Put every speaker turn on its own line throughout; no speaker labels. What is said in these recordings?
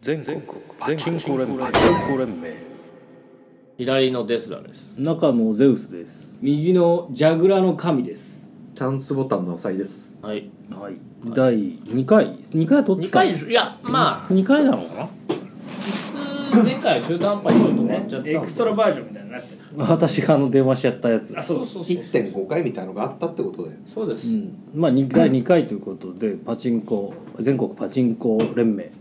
全国パチンコ連盟パチンコ連盟
左のデスラです
中のゼウスです
右のジャグラの神です
チャンスボタンの浅井です
はい
はい第2回2回は取っ
2
てた
回いやま
2回なのか
あ実質前回は中途半端に終わっちゃった
エクストラバージョンみたいになってる
な私があの電話しちゃったやつ
あそうそうそう
1.5回みたいなのがあったってことで
そうです、
うんまあ、に第2回ということでパチンコ全国パチンコ連盟、はい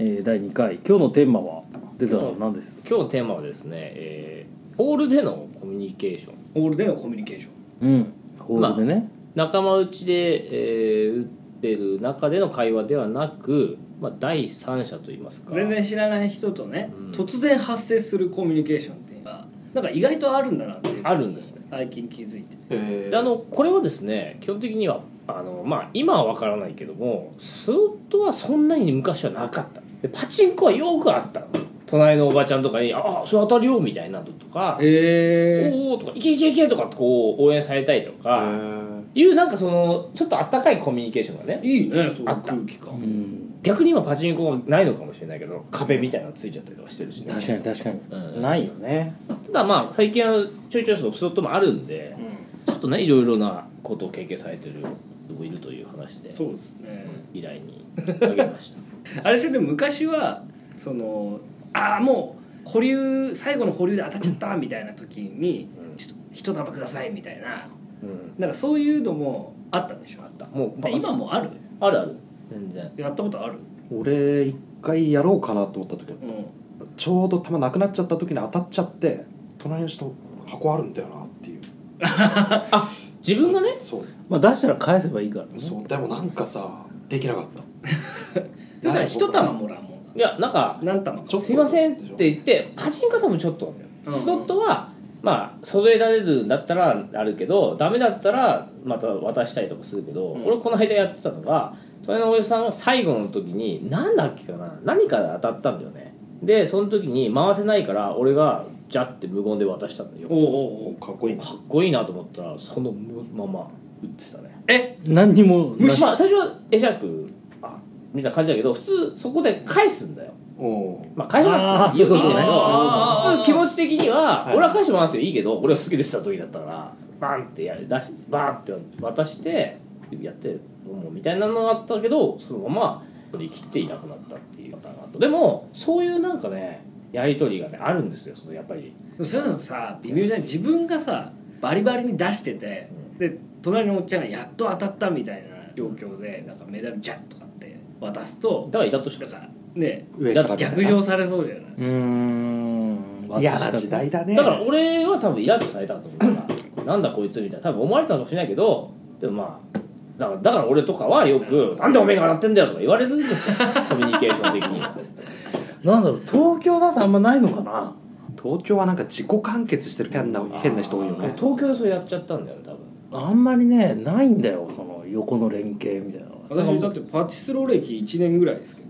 えー第2回今日のテーマはデザートなんです
今日のテーマはですね、えーホールでのコミュニケーション
オールでのコミュニケーション
うんホールでね、
仲間内で、えー打ってる中での会話ではなく、まあ、第三者といいますか
全然知らない人とね、
うん
突然発生するコミュニケーションっていうのがなんか意外とあるんだなっていう
あるんですね
最近気づいて
え
であのこれはですね基本的にはあの、まあ、今は分からないけどもスロットはそんなに昔はなかったでパチンコはよくあったの隣のおばちゃんとかに「ああそれ当たるよ」みたいなのとか「
へ
おお」とか「いけいけいけ」とかってこう応援されたりと
え
かいうなんかそのちょっとあったかいコミュニケーションがね
いいねそういう
あった
空気感
うん、
逆に今パチンコがないのかもしれないけど壁みたいなのついちゃったりとかしてるしね
確かに確かに、
うん
ないよね
ただまあ最近はちょいちょいそのスロットもあるんで
う
ちょっとねいろいろなことを経験されてる人もいるという話で
んそうですね
依頼にあげました
あれでしょでも昔はそのああもう保留最後の保留で当たっちゃったみたいな時に
うん
ちょっと一玉くださいみたいな
うん
なんかそういうのもあったんでしょあった
もう
今もある
あるある全然
やったことある
俺一回やろうかなと思った時
うん
ちょうど球なくなっちゃった時に当たっちゃって隣の人箱あるんだよなっていう
自分がね
そう
まあ出したら返せばいいからね
そうでもなんかさできなかった
そしたら一玉もらうもん
いやなんか
何玉か
ちょっと
すいませんって言ってパチンコ多分ちょっとなんだよ、
うん
スロットはまあ揃えられるんだったらあるけどダメだったらまた渡したりとかするけど、
うん
俺この間やってたのが隣のおじさんが最後の時に何だっけかな何かで当たったんだよねでその時に回せないから俺がジャって無言で渡したんだよ
お
か
うおうお
お
う
かっこいいな
っこいいなと思ったらそのまま打ってたね
え
何にもなし
まあ最初は会釈あみたいな感じだけど普通そこで返すんだよ
おう
まあ、会社なくていいよ
あ
い
ー
いんだけ
あー
ど普通気持ち的には
はい
俺は返してもらわなくていいけど俺は好きでした時だったからバンってやる出しバンって渡してやってもうみたいなのがあったけどそのまま取り切っていなくなったっていうパターンがあったでもそういうなんかねやり取りがねあるんですよそのやっぱり
そういうのさ微妙じゃない自分がさバリバリに出しててで隣のおっちゃんがやっと当たったみたいな状況でなんかメダルジャッとかって渡すと
だからいたとしか
だからね
上から見た
逆上されそうじゃないう
ーん
嫌な時代だね
だから俺は多分イラッとされたと思うからなんだこいつみたいな多分思われたのかもしれないけどでもまあだからだから俺とかはよく「なんでおめえが当たってんだよ」とか言われるんですよコミュニケーション的に
なんだろう東京だとあんまないのかな
東京はなんか自己完結してる変な変な人多いよね
東京でそれやっちゃったんだよね多分
あんまりねないんだよその横の連携みたいなのが
私だってパチスロ歴1年ぐらいですけど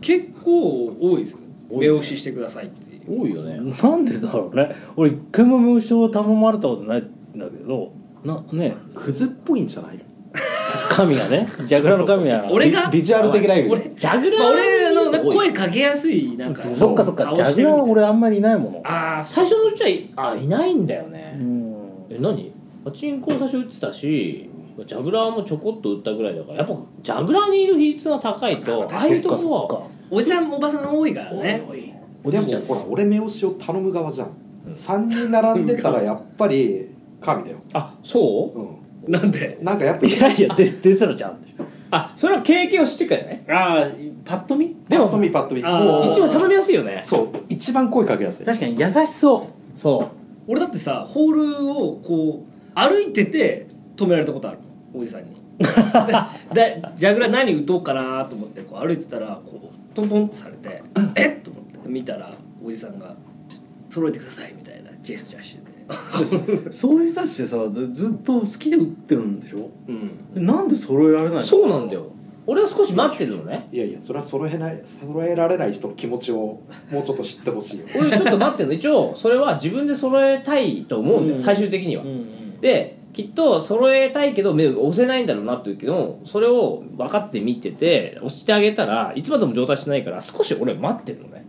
結構多いですよ
多い
目押ししてくださいっていう
多いよね
なんでだろうね俺一回も無償頼まれたことないんだけどなね
クズっぽいんじゃない
神が ねジャグラの神が
俺が
ビビジュアル的な意味で
俺
ジャグラー
まあ俺あのなんか
多い
声かけやすいなんか
そっかそっかジャグラは俺あんまりいないもの
ああ
最初のうちはいあいないんだよ
う
ね、
ん
え何パチンコを最初打ってたしジャグラーもちょこっと打ったぐらいだからやっぱジャグラーにいる比率が高いとああいうところは
おじさんおばさん多いからね
おいおいおじ
で
いちゃ
も
ん
ほら俺目押しを頼む側じゃん
うん
3人並んでたらやっぱり神だよ
あそう
う
なんで
んなんかやっぱ
いやいやデスデスラちゃんでしょ
あそれは経験をしてからね
ああパッと見
でもパッと見パッと見
あー
もう
一番頼みやすいよね
そう一番声かけやすい
確かに優しそ
そ
俺だってさホールをこう歩いてて止められたことあるのおじさんにでジャグラー何打とうかなと思ってこう歩いてたらこうトントンってされて 「えっ?」と思って見たらおじさんが「揃えてください」みたいなジェスチャーしてて
うそういう人たちってさずっと好きで売ってるんでしょ
うん
なんで揃えられないの
うそうなんだよ俺は少し待ってるのね
いやいやそれは揃えない揃えられない人の気持ちをもうちょっと知ってほしいよ
俺ちょっと待ってるの一応それは自分で揃えたいと思うんだよ、
うん
最終的には、
うん
できっと揃えたいけど目を押せないんだろうなっていうけどそれを分かって見てて押してあげたらいつまでも状態しないから少し俺待ってるのね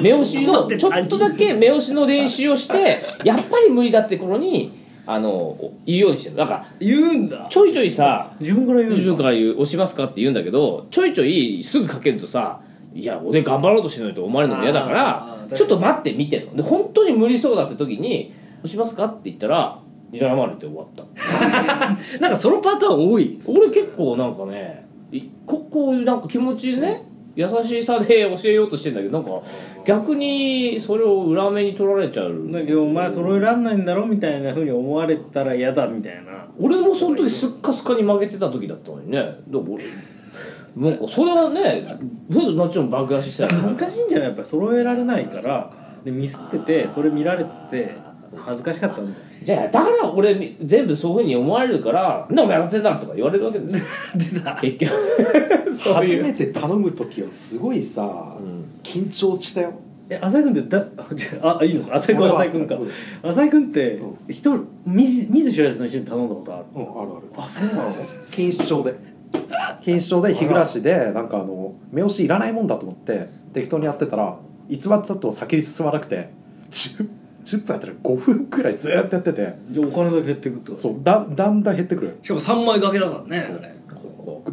目押しのちょっとだけ目押しの練習をしてやっぱり無理だって頃にあの言うようにしてるだから
言うんだ
ちょいちょいさ
自分から言う
自分から言う押しますかって言うんだけどちょいちょいすぐかけるとさいや俺頑張ろうとしてるのにと思われるのも嫌だか
あーあー
ら
確かに
ちょっと待って見てるので本当に無理そうだって時に「押しますか?」って言ったら睨まれて終わった
なんかそのパターン多い
俺結構なんかねいここういうなんか気持ちね優しさで教えようとしてんだけどなんか逆にそれを裏目に取られちゃう
だけどお前揃えらんないんだろみたいなふうに思われたら嫌だみたいな
俺もその時すっかすかに負けてた時だったのにねでも俺なんかそれはねそれもちろん爆出ししたら
恥ずかしいんじゃないやっぱ揃えられないからでミスっててそれ見られて恥ずかしかったんだよ
じゃあだから俺み全部そういうふうに思われるから「なんだお前やってんだ」とか言われるわけですよ結局 そう
初
いう
めて頼む時はすごいさ、緊張したよ
え浅井君ってだ あいいのか浅井君
俺は
浅井君か浅井君って
う
一人見ず見ず知らずの人に頼んだことある
うんあるある
あそうなの
錦糸町で錦糸町で日暮らしでなんかあの目押しいらないもんだと思って適当にやってたら偽ったと先に進まなくて 10, 10分やったら5分くらいずーっとやってて
でお金だけ減ってくってこと
そうだだんだん減ってくる
しかも3枚掛けだからねあれ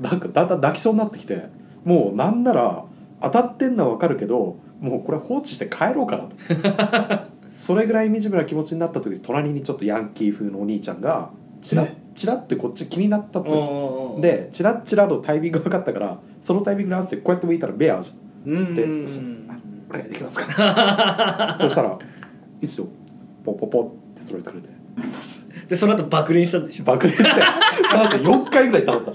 なんかだんだん泣きそうになってきてもうなんなら当たってんのは分かるけどもうこれ放置して帰ろうかなと それぐらい惨めな気持ちになった時隣にちょっとヤンキー風のお兄ちゃんがチラッチラッてこっち気になったっぽい
うん
でチラッチラのタイミング分かったからそのタイミングに合わせてこうやって向いたら目合うじゃん
うんうん
で
うん
お願いできますか そしたら「一応ポポポ」って揃えてくれて
でその後爆練したんでしょ
爆裂してその後4回ぐらい頼んだ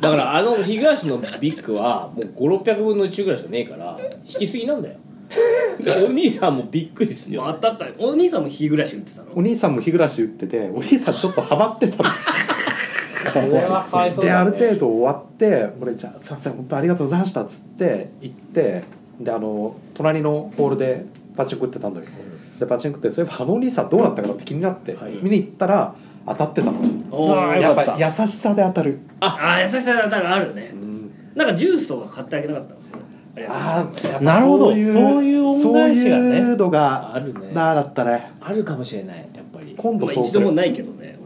だからあの日暮らしのビッグはもう5600分の1ぐらいしかねえから引きすぎなんだよお兄さんもびっくりするよ
またかいお兄さんも日暮らし打ってたの
お兄さんも日暮らし打っててお兄さんちょっとハマってたの
それはかわいそう
で
だ
あ
ね
る程度終わって「俺じゃあすいません本当ありがとうございました」っつって行ってであの隣のホールでパチンコ打ってたんだけどでパチンコってそういえばあのお兄さんどうなったかなって気になって、見に行ったら当たってたの
おー
やっぱり優しさで当たる
ああ優しさだからあるねなんかジュースとか買ってあげなかったのあれ
ああやっ
な
ぱ
るほど
そういう
そういう恩返しがね
そういうのが
あるね
なあだったね
あるかもしれないやっぱり
今
ま
度
あ
そう
一
す
度
る
もないけどね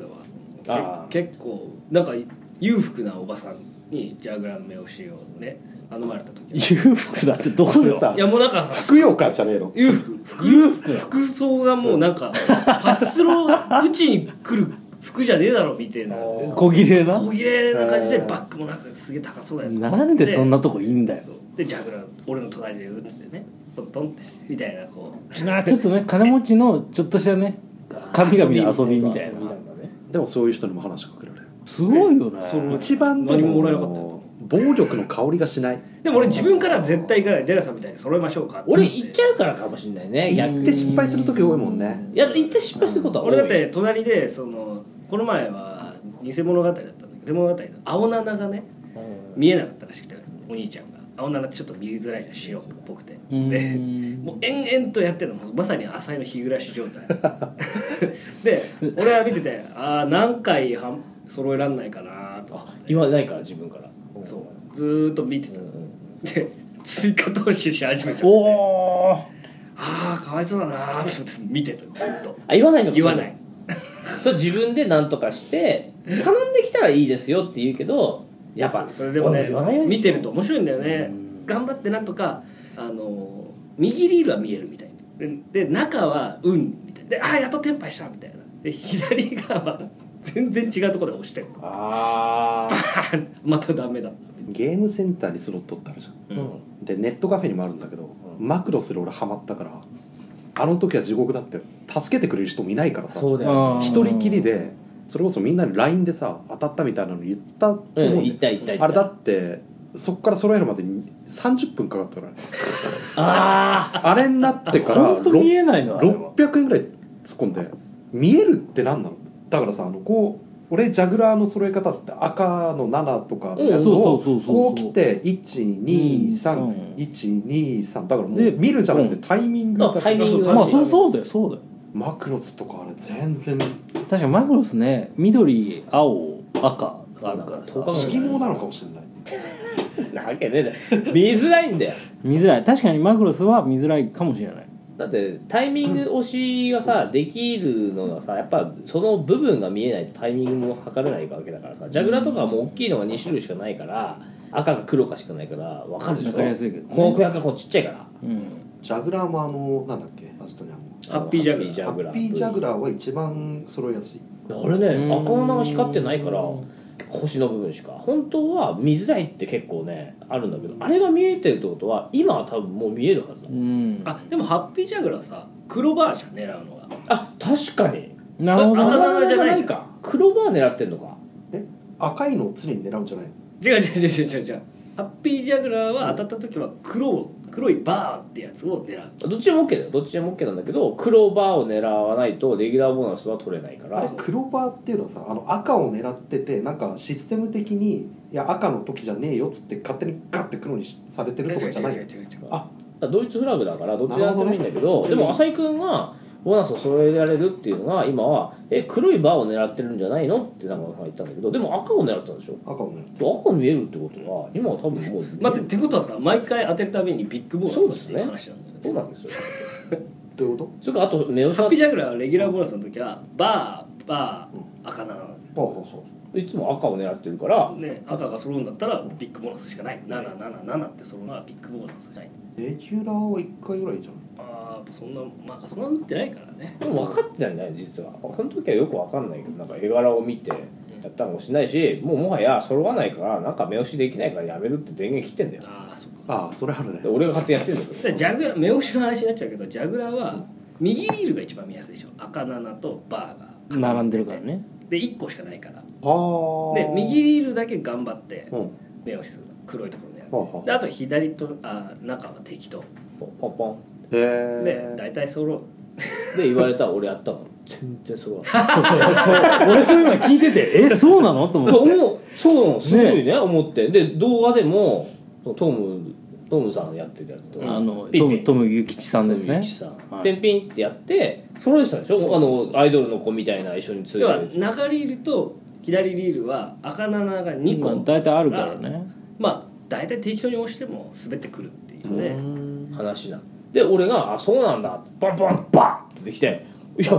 俺は
あ
け結構なんか裕福なおばさんにジャグラー目押しをね頼まれた時
裕福だってど
そうれ
よ
さ
いやもうなんか
ふくよかじゃねえの
裕福 服
裕福
服装がもうなんかパチスロうちに来る服じゃねえだろみたいな
小切れな
小切れな感じで
へー
バッグもなんかすげえ高そうなやつ
なんでそん
な
なとこいいんだよ
でジャグラー俺の隣で打ってねトントンってみたいなこう
まあちょっとね金持ちのちょっとしたね神々の遊びみたいな
でもそういう人にも話しかけられる
すごいよね
その
一番で
何ももらえなかった
も暴力の香りがしない
でも俺自分から絶対行かないデラさんみたいに揃えましょうか
俺行っち
ゃ
ゃうからかもしれないね逆
行
に
って失敗する時多いもんね
いや行って失敗することは多い
俺だって隣でそのこの前は偽物語だったんだけど偽物語の青七がね見えなかったらしくてお兄ちゃんが青七ってちょっと見えづらいじゃん白っぽくて
う
で
ん
もう延々とやってるのまさに浅井の日暮らし状 態で俺は見ててああ何回は揃えらんないかなと
あ言わないから自分から
そうずーっと見てた
うんうん
で追加投資し始めちゃって
おー
ああかわいそうだなーと思って見てたずっと
あ言わないのか
言わない
そう自分で何とかして頼んできたらいいですよって言うけどやっぱ
それでもね
言わないようにし
見てると面白いんだよね頑張ってなんとかあの右リールは見えるみたいなでで中は「運」みたいなで「ああやっとテンパイした」みたいなで左側は全然違うところで押してる
ああ、
あまたダメだ
ゲームセンターにスロットってあるじゃん
うん、
でネットカフェにもあるんだけど、マクロスで俺ハマったからあの時は地獄だって助けてくれる人もいないからさ
そうだよ、ね、
一人きりでそれこそみんなに LINE でさ当たったみたいなの言ったと思う
うん
だよ、
いたいたいた
あれだってそっから揃えるまでに30分かかったからね
あ
あれになって から
本当見えないのあれは
600円ぐらい突っ込んで見えるって何なのだからさあのこう俺ジャグラーの揃え方って赤の7とかのやつを
うんそうそうそうそう
こう来て
うん
123123だからも
で
う見るじゃなくてタイミング
あ
だ
タイミング
まあそうそうだよそうだよ
マクロスとかあれ全然
確かにマクロスね緑青赤があるから
そうか
色毛なのかもしれない
なわけねえだろ見づらいんだよ
見づらい確かにマクロスは見づらいかもしれない
だってタイミング押しがさできるのがさやっぱその部分が見えないとタイミングも測れないわけだからさジャグラーとかはもう大きいのが2種類しかないから赤か黒かしかないから分かるでしょ
わかりやすいけどね
この役がこうちっちゃいから
うん
ジャグラーもあのなんだっけアストニアも
ハッピージャグラー
ハッピージャグラーは一番揃いやすい
あれね
うん
赤馬が光ってないから星の部分しか本当は見づらいって結構ねあるんだけどあれが見えてるってことは今は多分もう見えるはずだ
うん
あでもハッピージャグラーさ黒バーじゃん狙うのが
あ確かに
なるほ
あ
ど
あ
ね
な
赤か黒バー狙ってんのか
赤いのを常に狙うんじゃないの
違う違う違う違う違うハッピージャグラーは当たった時は黒を黒いバーってやつを狙う
どっちでも OK だよどっちでも OK なんだけど黒バーを狙わないとレギュラーボーナスは取れないか
あ
ら
れクローバーっていうのはさあの赤を狙っててなんかシステム的にいや赤の時じゃねえよっつって勝手にガッて黒にしされてるとかじゃない
違う違う違う違う
あ
ドイツフラグだからどっちでやってもいいんだけど
なるほどね
でも浅井君がボーナスを揃えられるっていうのが今はえ黒いバーを狙ってるんじゃないのってなんか言ったんだけどでも赤を狙ってたんでしょ
赤を狙って
赤見えるってことは今は多分もう
待ってってことはさ毎回当てるたびにビッグボーナスっていう話なんだよね
そうなんですよ
どういうこ
それからあと目押し
ハッ
が
ピージャグラーはレギュラーボーナスの時はバーバー赤なの
とほうほうほ
いつも赤を狙ってるから
ね赤が揃うんだったらビッグボーナスしかない777って揃うのはビッグボーナスしかないう
レギュラーは1回ぐらいじゃない
あーやっぱそんなまあそんな打ってないからね
でも分かってたんじゃない実はその時はよく分かんないけどなんか絵柄を見てやったかもしれないしもうもはや揃わないからなんか目押しできないからやめるって電源切ってんだよ
ああそっか
ああそれあるね
で俺が勝手にやってんだ
そしたらジ
け
ャグラー目押しの話になっちゃうけどジャグラーは右リールが一番見やすいでしょ赤7とバーが
並んでるからね
で1個しかないから
はあ
で右リールだけ頑張って
うんは
目押しする黒いところでやる
あは
であと左とあ中は適当
どポンポン
あへ
で
え
大体揃う
で言われたら俺やったの全然揃わない
俺も今聞いててえそうなのと
そう
思って
思うそうなのすごいね思ってで動画でもそのトムトムさんのやってるやつと
あの
ピ
ト
ンピ
ム
ン
トムユキチさんです
トム
ね
ユキチさん
はい
ピンピンってやって揃えてたでしょあのアイドルの子みたいな一緒に連
要
れ
は
てる
中リールと左リールは赤7が2個、
まあ大体あるからね
まあ大体適当に押しても滑ってくるっていうので、
話なので俺が「あそうなんだ」バンバンバンってできて「いや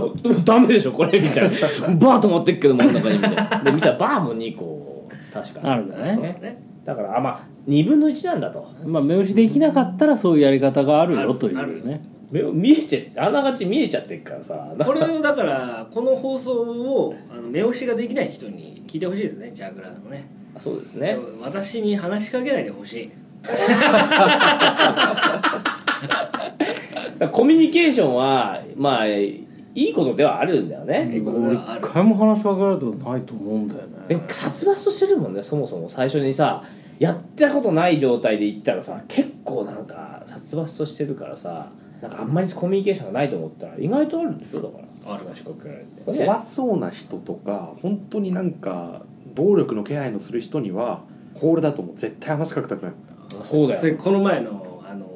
ダメでしょこれ」み たいな「バーと思ってっけど真ん中に」みたいなで見たらバーも2個確か
あるんだね
そうだね
だからあまあ2分の1なんだと
まあ目押しできなかったらそういうやり方がある
あ
よ
る
とい
あ
う
る
ね
目を見えちゃあながち見えちゃってるからさだ
こ
から
れをだからこの放送をあの目押しができない人に聞いてほしいですねジャグラーのね
そうですね
私に話しかけないでほしい
だからコミュニケーションはまあいいことではあるんだよね、
ん
俺一回も話しかけられたことないと思うんだよ
で
ね
も殺伐としてるもんねそもそも最初にさやったことない状態で行ったらさ結構なんか殺伐としてるからさなんかあんまりコミュニケーションがないと思ったら意外とあるんでしょだから
ある
話しかけられて、ね、
怖そうな人とか本当になんか暴力の気配のする人にはこれだともう絶対話しかけたくない
そうだ
それ
よ
この前のあの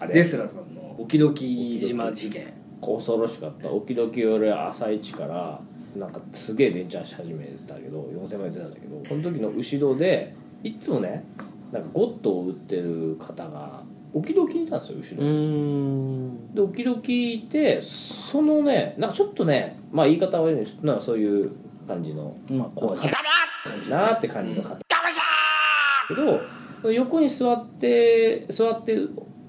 あれ
デスラさんの「オキドキ島事件
恐ろしかった時々俺朝一からなんかすげえ電車し始めたけど4000まで出たんだけどその時の後ろでいつもねなんかゴッドを売ってる方が時々いたんですよ後ろ
う
に。
ーん
で時々いてそのねなんかちょっとねまあ言い方は悪いんですけどなんかそういう感じの
まあ怖い
なーって感じの方けどその横に座って座って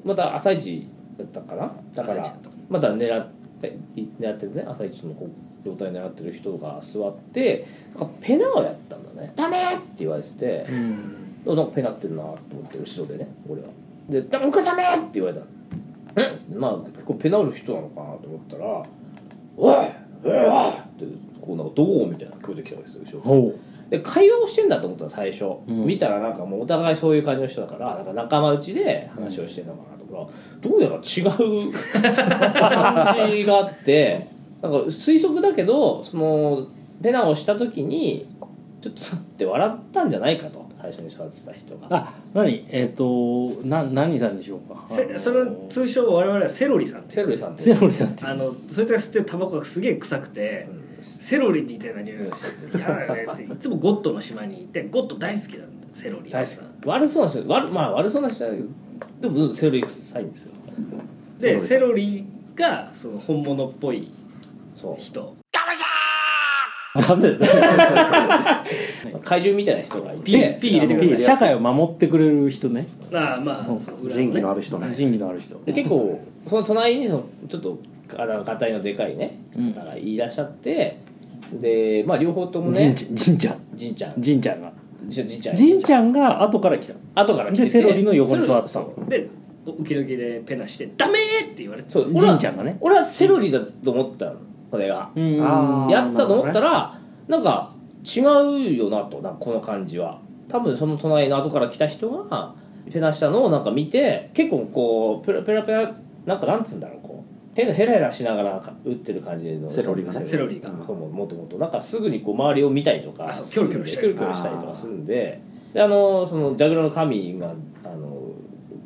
また朝一だったかなだから
朝一だっ
また狙って狙ってるね朝一のこう状態狙ってる人が座ってなんかペナをやったんだね「ダメ!」って言われてて
うん
でもなんかペナってるなと思って後ろでね俺はで「だもう一回ダメ!」って言われたのうんまあ結構ペナる人なのかなと思ったら「おいおいおい!」ってこうなんか怒号みたいなの聞こえてきたわけですよ後ろから
ほ
で会話をしてんだと思ったの最初、
うん
見たらなんかもうお互いそういう感じの人だからなんか仲間内で話をしてんのかなとか、どうやら違う感じがあって なんか推測だけどそのペナをした時にちょっとって笑ったんじゃないかと最初に座ってた人が
あ何えっ、とな何さんにしようか
せそれの通称我々はセロリさんって
セロリさんって
セロリさんって
あのそいつが吸ってるタバコがすげえ臭くてセロリみたいな匂いがして嫌だねっていつもゴッドの島にいてゴッド大好きなんだよセロリ
大好き悪そうな人悪,、まあ、悪そうな人だけどでもセロリ臭いんですよ
でセロリがその本物っぽい
そう
人
ダメだ
怪獣みたいな人がい
ピー
て
ピー入れてください
社会を守ってくれる人ね
ああま
う
あ
ん
そう裏のね
仁義のある人ね
仁義のある人
で結構その隣にそのちょっと体が硬いのでかいね
うん
方がいらっしゃってでまあ両方とも
仁
ね
ちゃん仁ちゃん
じんちゃん
仁ちゃんが
じんちゃん
仁ちゃんが後から来た
後から来てて
でセロリの横に座ってた
そう
でウキウキでペナして「ダメ!」って言われて
そう俺
仁
は
ちゃんがね
俺はセロリだと思ったのこれが
うん
あー
やってたと思ったらなんか違うよなとなんかこの感じは多分その隣の後から来た人がペナしたのをなんか見て結構こうペラペラペラなんかなんつうんだろうこう変なヘラヘラしながらか打ってる感じの
セロリがね
セロリが
そうももっともっとなんかすぐにこう周りを見たりとか
あそうキョロキョロしたり
キョキョロしたりとかするんでであのそのジャグラーの神があの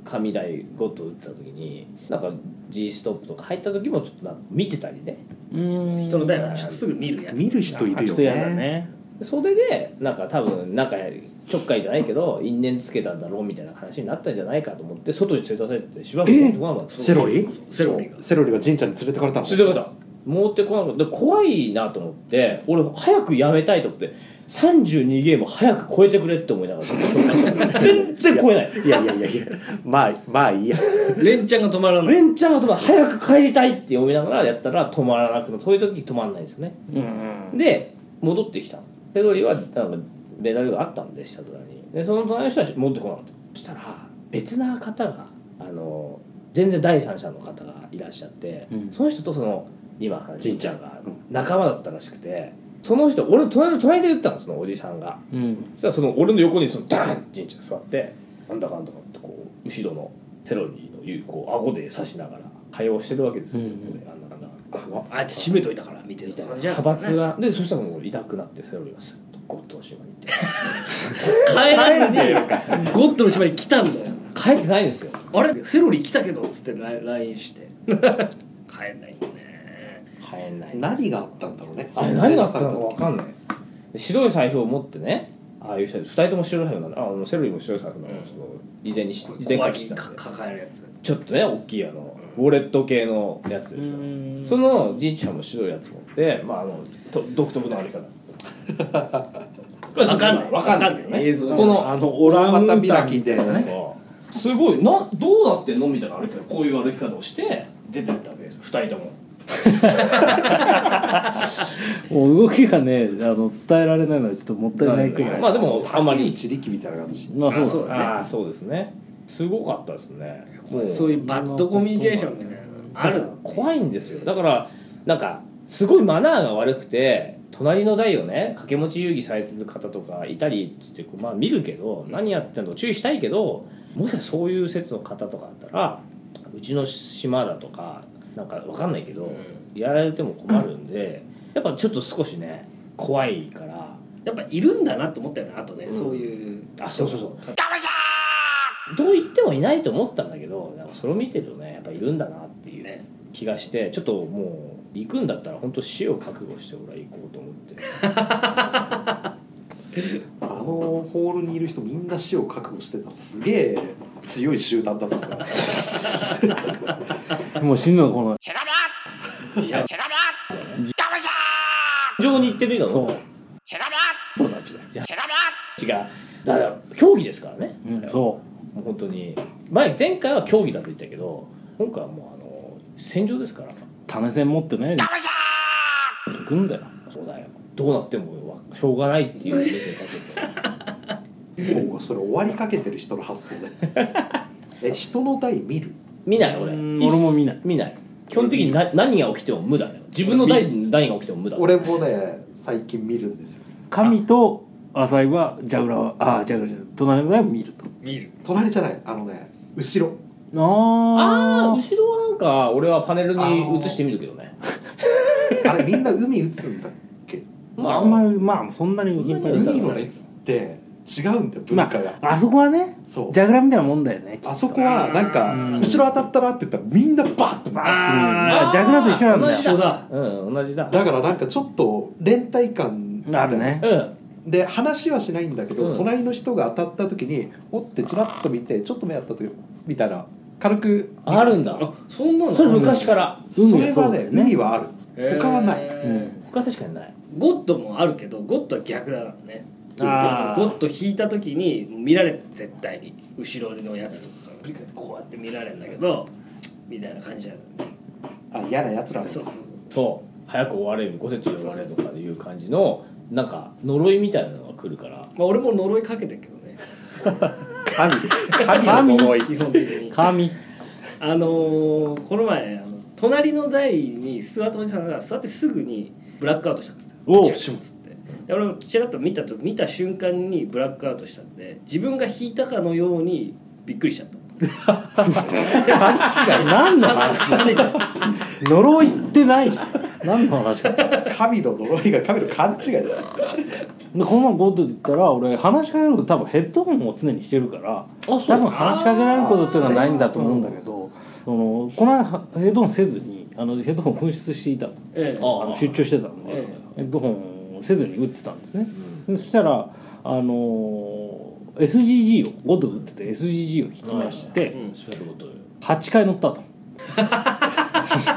神台ゴッドを打った時になんか G ストップとか入った時もちょっとなんか見てたりね
うん
人の台はちょっとすぐ見るやつ
見る人いるよ
人やだ
ね
ね
それでなんか多分なんかちょっかいじゃないけど因縁つけたんだろうみたいな話になったんじゃないかと思って外に連れ出されてしばらく持ってこなかった
セロリ
セロリが
セロリが神社に連れてかれたの
連れてこなかった持ってこなかったで怖いなと思って俺早くやめたいと思って32ゲーム早く超えてくれって思いながらずっと紹介して た全然超えない
いやいやいやいやまあまあいいや
レンちゃんが止まらない
レンちゃんが止まら早く帰りたいって読みながらやったら止まらなくてそういう時止まらないですね
うん
で戻ってきたのペドリはなんかメダルがあったんでした隣にでその隣の人は持ってこなかったそしたら別な方があの全然第三者の方がいらっしゃって、
うん
その人とその今話
じ
し
いち
ち
ゃ
ゃ
ん
んが仲間だったらしくてその人俺の隣の隣で言ったのそのおじさんが
うん
そしたらその俺の横にそのダーンじいちゃん座ってなんだかんだかってこう後ろのセロリの言うこう顎で刺しながら会話をしてるわけですよ、
うんうん
これあんなかんだ
怖っ
あいつ閉めといたから見てる
みたいな
感じゃん
派閥がでそしたらもう痛くなってセロリがすっとゴッドの島に行っ
帰ら
帰
ずに
んねえのか
ゴッドの島に来たんだよ
て帰ってないんですよ
あれセロリ来たけどっつって LINE して 帰んないよね
帰んない
何があったんだろうね
あれ何があったのか分かんないで白い財布を持ってねああいう人2人とも白い財布なのああのセロリも白い財布なの,、
うん
その以前にし以前か
小
ら知っ
脇
てた
か
んで
抱えるやつ
ちょっとね大きいあのウォレット系のやつですよそのじいちゃんも白いやつ持ってまああのと独特のあり 方
わかんない
わかんない
わかんない映像じゃな
こ
い
の
あのオランウータンみたいなね
そうすごいなどうなってんのみたいな歩き方こういう歩き方をして出てったわけです2人とも
もう動きがねあの伝えられないのはちょっともったいないくらい
まあでもあんまり
一力みたいな感じ
まあ
あ
そ
そう
だ
うだ
ね
ね
ああそうですねすごかったですねも
そういうバッドコミュニケーションみたいなのある
怖いんですよだからなんかすごいマナーが悪くて隣の台をね掛け持ち遊戯されてる方とかいたりっつってこうまあ見るけど何やってんの注意したいけどもしそういう説の方とかだったらうちの島だとかなんかわかんないけど、やられても困るんでやっぱちょっと少しね怖いから
やっぱいるんだなって思ったよねあとね
うん
そういう
あそうそうそうどう言ってもいないと思ったんだけどなんかそれを見てるとねやっぱいるんだなっていうね気がしてちょっともう行くんだったら本当死を覚悟して俺は行こうと思って
あのホールにいる人みんな死を覚悟してたすげえ強い集団だぞそれ
もう死ぬのこの
上に行ってるよ
そう
そうなんじゃ違うだから競技ですからね、
うんそ
もう本当に前前回は競技だと言ったけど今回はもうあの戦場ですから
う種銭持ってね行くんだよ
そうだよどうなってもしょうがないっていう目線かけて。
もうそれ終わりかけてる人の発想でえ人の台見る
見ない俺
うん俺も見ない
見ない基本的にな何が起きても無駄だよ自分の代に何が起きても無駄
俺もね最近見るんですよ
神と浅井はジャグラーはあジャグラーじゃない隣の台を見ると
見る
隣じゃないあのね後ろ
ああ
あ
後ろはなんか俺はパネルに映してみるけどね
あれみんな海打つんだっけ
ああんまりまあそんなに
そんなに
頻繁に
海の熱って
違うんだよ文化が、
あそこはね
そう
ジャグラーみたいなもんだよね
あそこはなんか
うん
後ろ当たったらって言ったらみんなバッとバッ
あジャグラーと一緒なんだよ
一緒だ
うん同じだ
だからなんかちょっと連帯感みたいな
あるね
うん
で話はしないんだけど、
うん
隣の人が当たった時におってちらっと見てちょっと目あった時みたいな軽く
あるんだ
あそんなの
それ昔から
それはね
うんそうだよね
意味はある他はない
うん
他確かにない
ゴッドもあるけどゴッドは逆だからね
あー
ゴッド引いた時に見られる絶対に後ろのやつとかこうやって見られるんだけどみたいな感じなの
あ嫌なやつらだ
そうそう
そう早く終われる5節で終われるとかいう感じのなんか呪いみたいなのが来るから
まあ俺も呪いかけてるけどね
神神の呪い
基本的に
神
あのーこの前あの隣の台に座ったおじさんが座ってすぐにブラックアウトしたんですよ
おう
チラッつってで俺もちらっと見たと見た瞬間にブラックアウトしたんで自分が引いたかのようにびっくりしちゃった
何の話呪いってない何の話か
神の呪いが神の勘違いです
でこのままゴッドで言ったら俺話しかけること多分ヘッドホンを常にしてるから
あ
多分話しかけられることっていうのはないんだと思うんだけどそのこの間ヘッドホンせずにあのヘッドホン紛失していたの
ええ
あ
あの出張してたんで
え
ヘッドホンをせずに打ってたんですねでそしたらあのー SGG をゴッドで打ってて SGG を引きまして
うん
そういうことよ
8回乗ったと。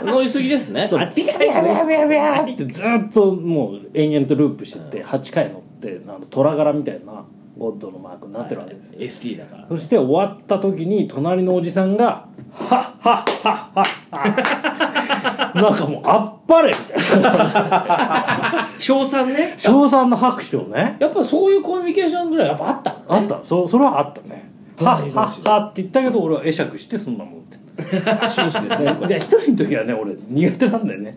呪いすぎですね
あっちからやべやべやべやべってずっともう延々とループしてって8回乗ってあの虎柄みたいなゴッドのマークになってるわけですよ
SD だから
そして終わった時に隣のおじさんが「はっはっはっはっは」なんかもう「あっぱれ」みたいな
賞賛ね
称賛の拍手をね
やっぱそういうコミュニケーションぐらいやっぱあったの
あったそそれはあったね「はっはっは」って言ったけど俺は会釈してそんなもんって
紳士ですね
いや一人の時はね俺苦手なんだよね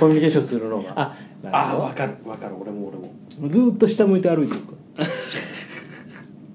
コミュニケーションするのが
あ
ああ分かる分かる俺も俺も
ずーっと下向いて歩いてるか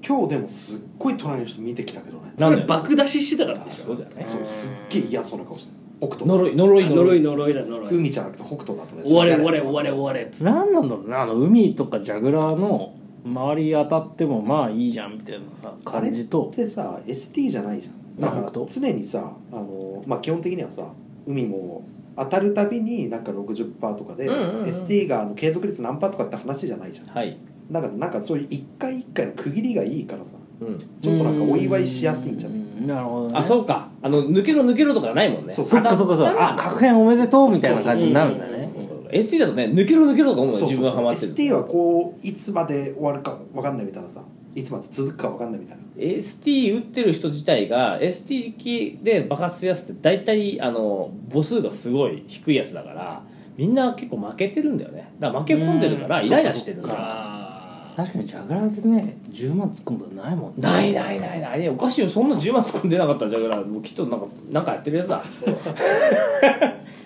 今日でもすっごい隣の人見てきたけどね
そ
なん
れ
で
爆出ししてたからでし
そ
ょ
うだよね
そうすっげえ嫌そうな顔して北斗
呪い呪い
呪い呪いだ呪い
海じゃなくて北斗だとね
終われ終われ終われ終われっつ
ら何なんだろうなあの海とかジャグラーの周り当たってもまあいいじゃんみたいなさ感じと
でさ ST じゃないじゃん
まあ
なん
北
か
斗
常にさあの、まあ、基本的にはさ海も当たるたびになんか60%とかで、
うんうんうん
ST があの継続率何パーとかって話じゃないじゃん
はい
だからなんかそういう一回一回の区切りがいいからさ
うん
ちょっとなんかお祝いしやすいんじゃ
う
ない
んなるほどね
あそうかあの抜けろ抜けろとかないもんね
そう
そっかそっかそ
当た
っ
った
か。あ、
ら
確変おめでとうみたいな感じになるんだ
そう
ね
そう。
ST だとね抜けろ抜けろとか思う
そう
よ
そう
自分がハマってる
ST はこういつまで終わるかわかんないみたいなさいつまで続くかわかんないみたいな
ST 打ってる人自体が ST 機で爆発するやつって大体あの母数がすごい低いやつだからみんな結構負けてるんだよねだから負け込んでるから
うん
イライラしてる
う
から
あ
確かにジャグラーでね、10万突っ込むことないもんね。
ないないないないいやおかしいよそんな10万突っ込んでなかったらじゃあもうきっとなんかなんかやってるやつだ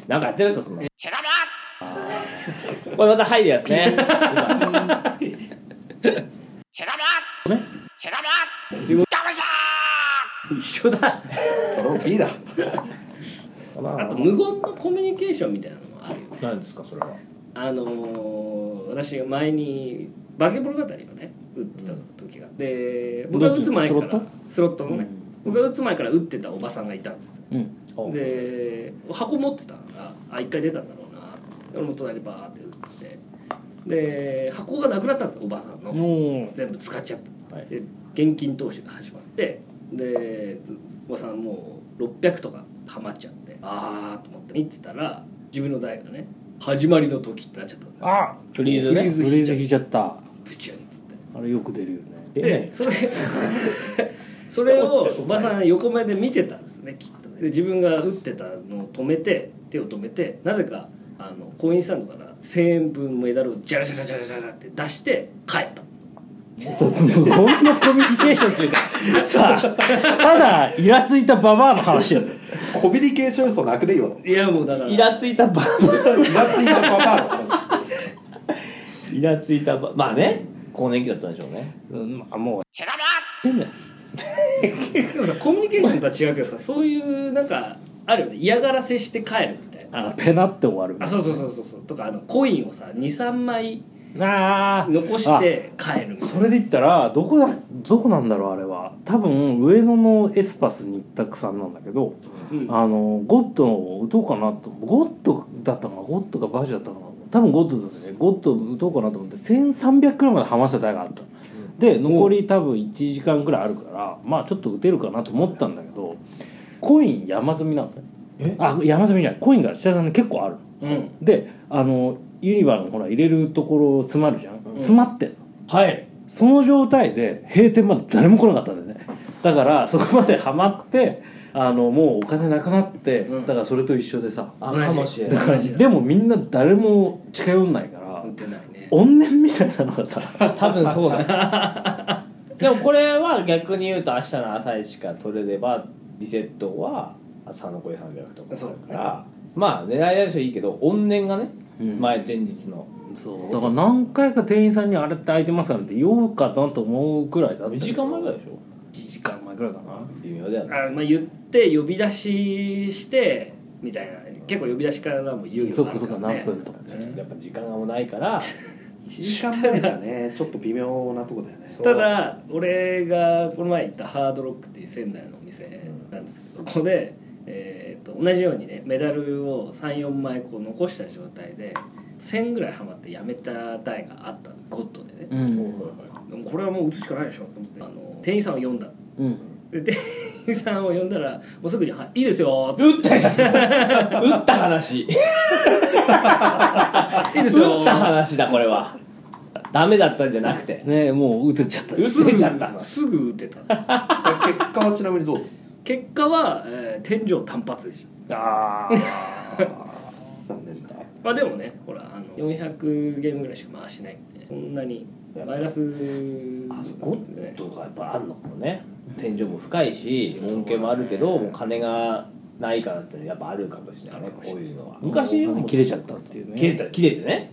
なんかやってるやつだそんな これまた「はい」でやつね
ー一緒だ
それを B だ
あと無言のコミュニケーションみたいなのもあるよね
何ですかそれは
あのー私が前に化け物語をね打ってた時がで僕が打つ前か
どっちの
らスロットのね僕が打つ前から打ってたおばさんがいたんですよ
うん。
で箱持ってたからあ一回出たんだろうな俺も隣でバーって打っててで箱がなくなったんですよおばさんの
も
全部使っちゃった、
はい
で現金投資が始まってでおばさんもう600とかハマっちゃってああと思って見てたら自分の代がね始まりの時ってなっちゃったんで
う。あ、
フリーズね
フリーズ引いちゃった。
すプチュンっつって
あれよく出るよね。
で それそれをおばさん横目で見てたんですねきっとねで自分が打ってたのを止めて手を止めてなぜかあのコインスタンドから1,000円分メダルをジャラジャラジャラジャラって出して帰った
無言のコミュニケーションっていう か、さあ、ただ、イラついたババアの話だよ。
コミュニケーション要素なくね えよ
いやもうだから
イラついたバ
イラついたパパの話
イラついたば まあね更年期だったんでしょうね
うんまあ、もう、
でもさコミュニケーションとは違うけどさそういうなんかあるよね嫌がらせして帰るみたいな
あのペナって終わる。
あそうそうそうそうそうとかあのコインをさ23枚
あー
残して帰るみたい
それで言ったらどこだどこなんだろうあれは多分上野のエスパスに行ったくさんなんだけど
な、
あのゴッドの打とうかなとゴッドだったかなゴッドかバージだったかな多分ゴッドだったねゴッド打とうかなと思って1300くらいまで浜下台があったで残り多分1時間くらいあるからまあちょっと打てるかなと思ったんだけどコイン山積みなのねあ山積みじゃないコインが下さんに結構ある
うんうん、
であのユニバーのほら入れるところ詰まるじゃん、
ん
詰まってんの
はい
その状態で閉店まで誰も来なかったんだよねだからそこまでハマってあのもうお金なくなって、
うん
だからそれと一緒でさ
あかもしれ
だ
ない
からでもみんな誰も近寄んないから
打てないね
怨念みたいなのがさ
多分そうだ でもこれは逆に言うと明日の朝一から取れればリセットは朝残り300とかあるからまあ狙いやすいいいけど怨念がね
うん
前前日の
そうだから何回か店員さんに「あれって空いてますか?」って言おうかなと思うくらいだった
2時間前ぐらいでしょ
1時間前くらいかな
微妙だよね
あまあ言って呼び出ししてみたいな結構呼び出しからも言うよ
そっかそっか何分とか
やっぱ時間がもうないから
1時間前じゃねちょっと微妙なとこだよね
ただ俺がこの前行ったハードロックっていう仙台のお店なんですけどここで、えー、と同じようにねメダルを34枚こう残した状態で1000ぐらいハマってやめた台があったのゴッドでね、
うん
でもこれはもう打つしかないでしょと思ってあの店員さんを呼んだ
うん
で店員さんを呼んだらもうすぐに「はいいいですよ」
打ったやつ打った話
いいですよ
打った話だこれはダメだったんじゃなくて
ねえもう打てちゃった
打てちゃった
すぐ打てた
結果はちなみにどうだっ
結果は、えー天井単発でした
あ
たんだよね
まあでもねほらあの400ゲームぐらいしか回しないんでそんなにマイナス
あそことかやっぱあんのかもね天井も深いし恩恵もあるけどもう金がないからってやっぱあるかもしれないねこういうのは昔も
切れちゃったっていうね
切れた切れてね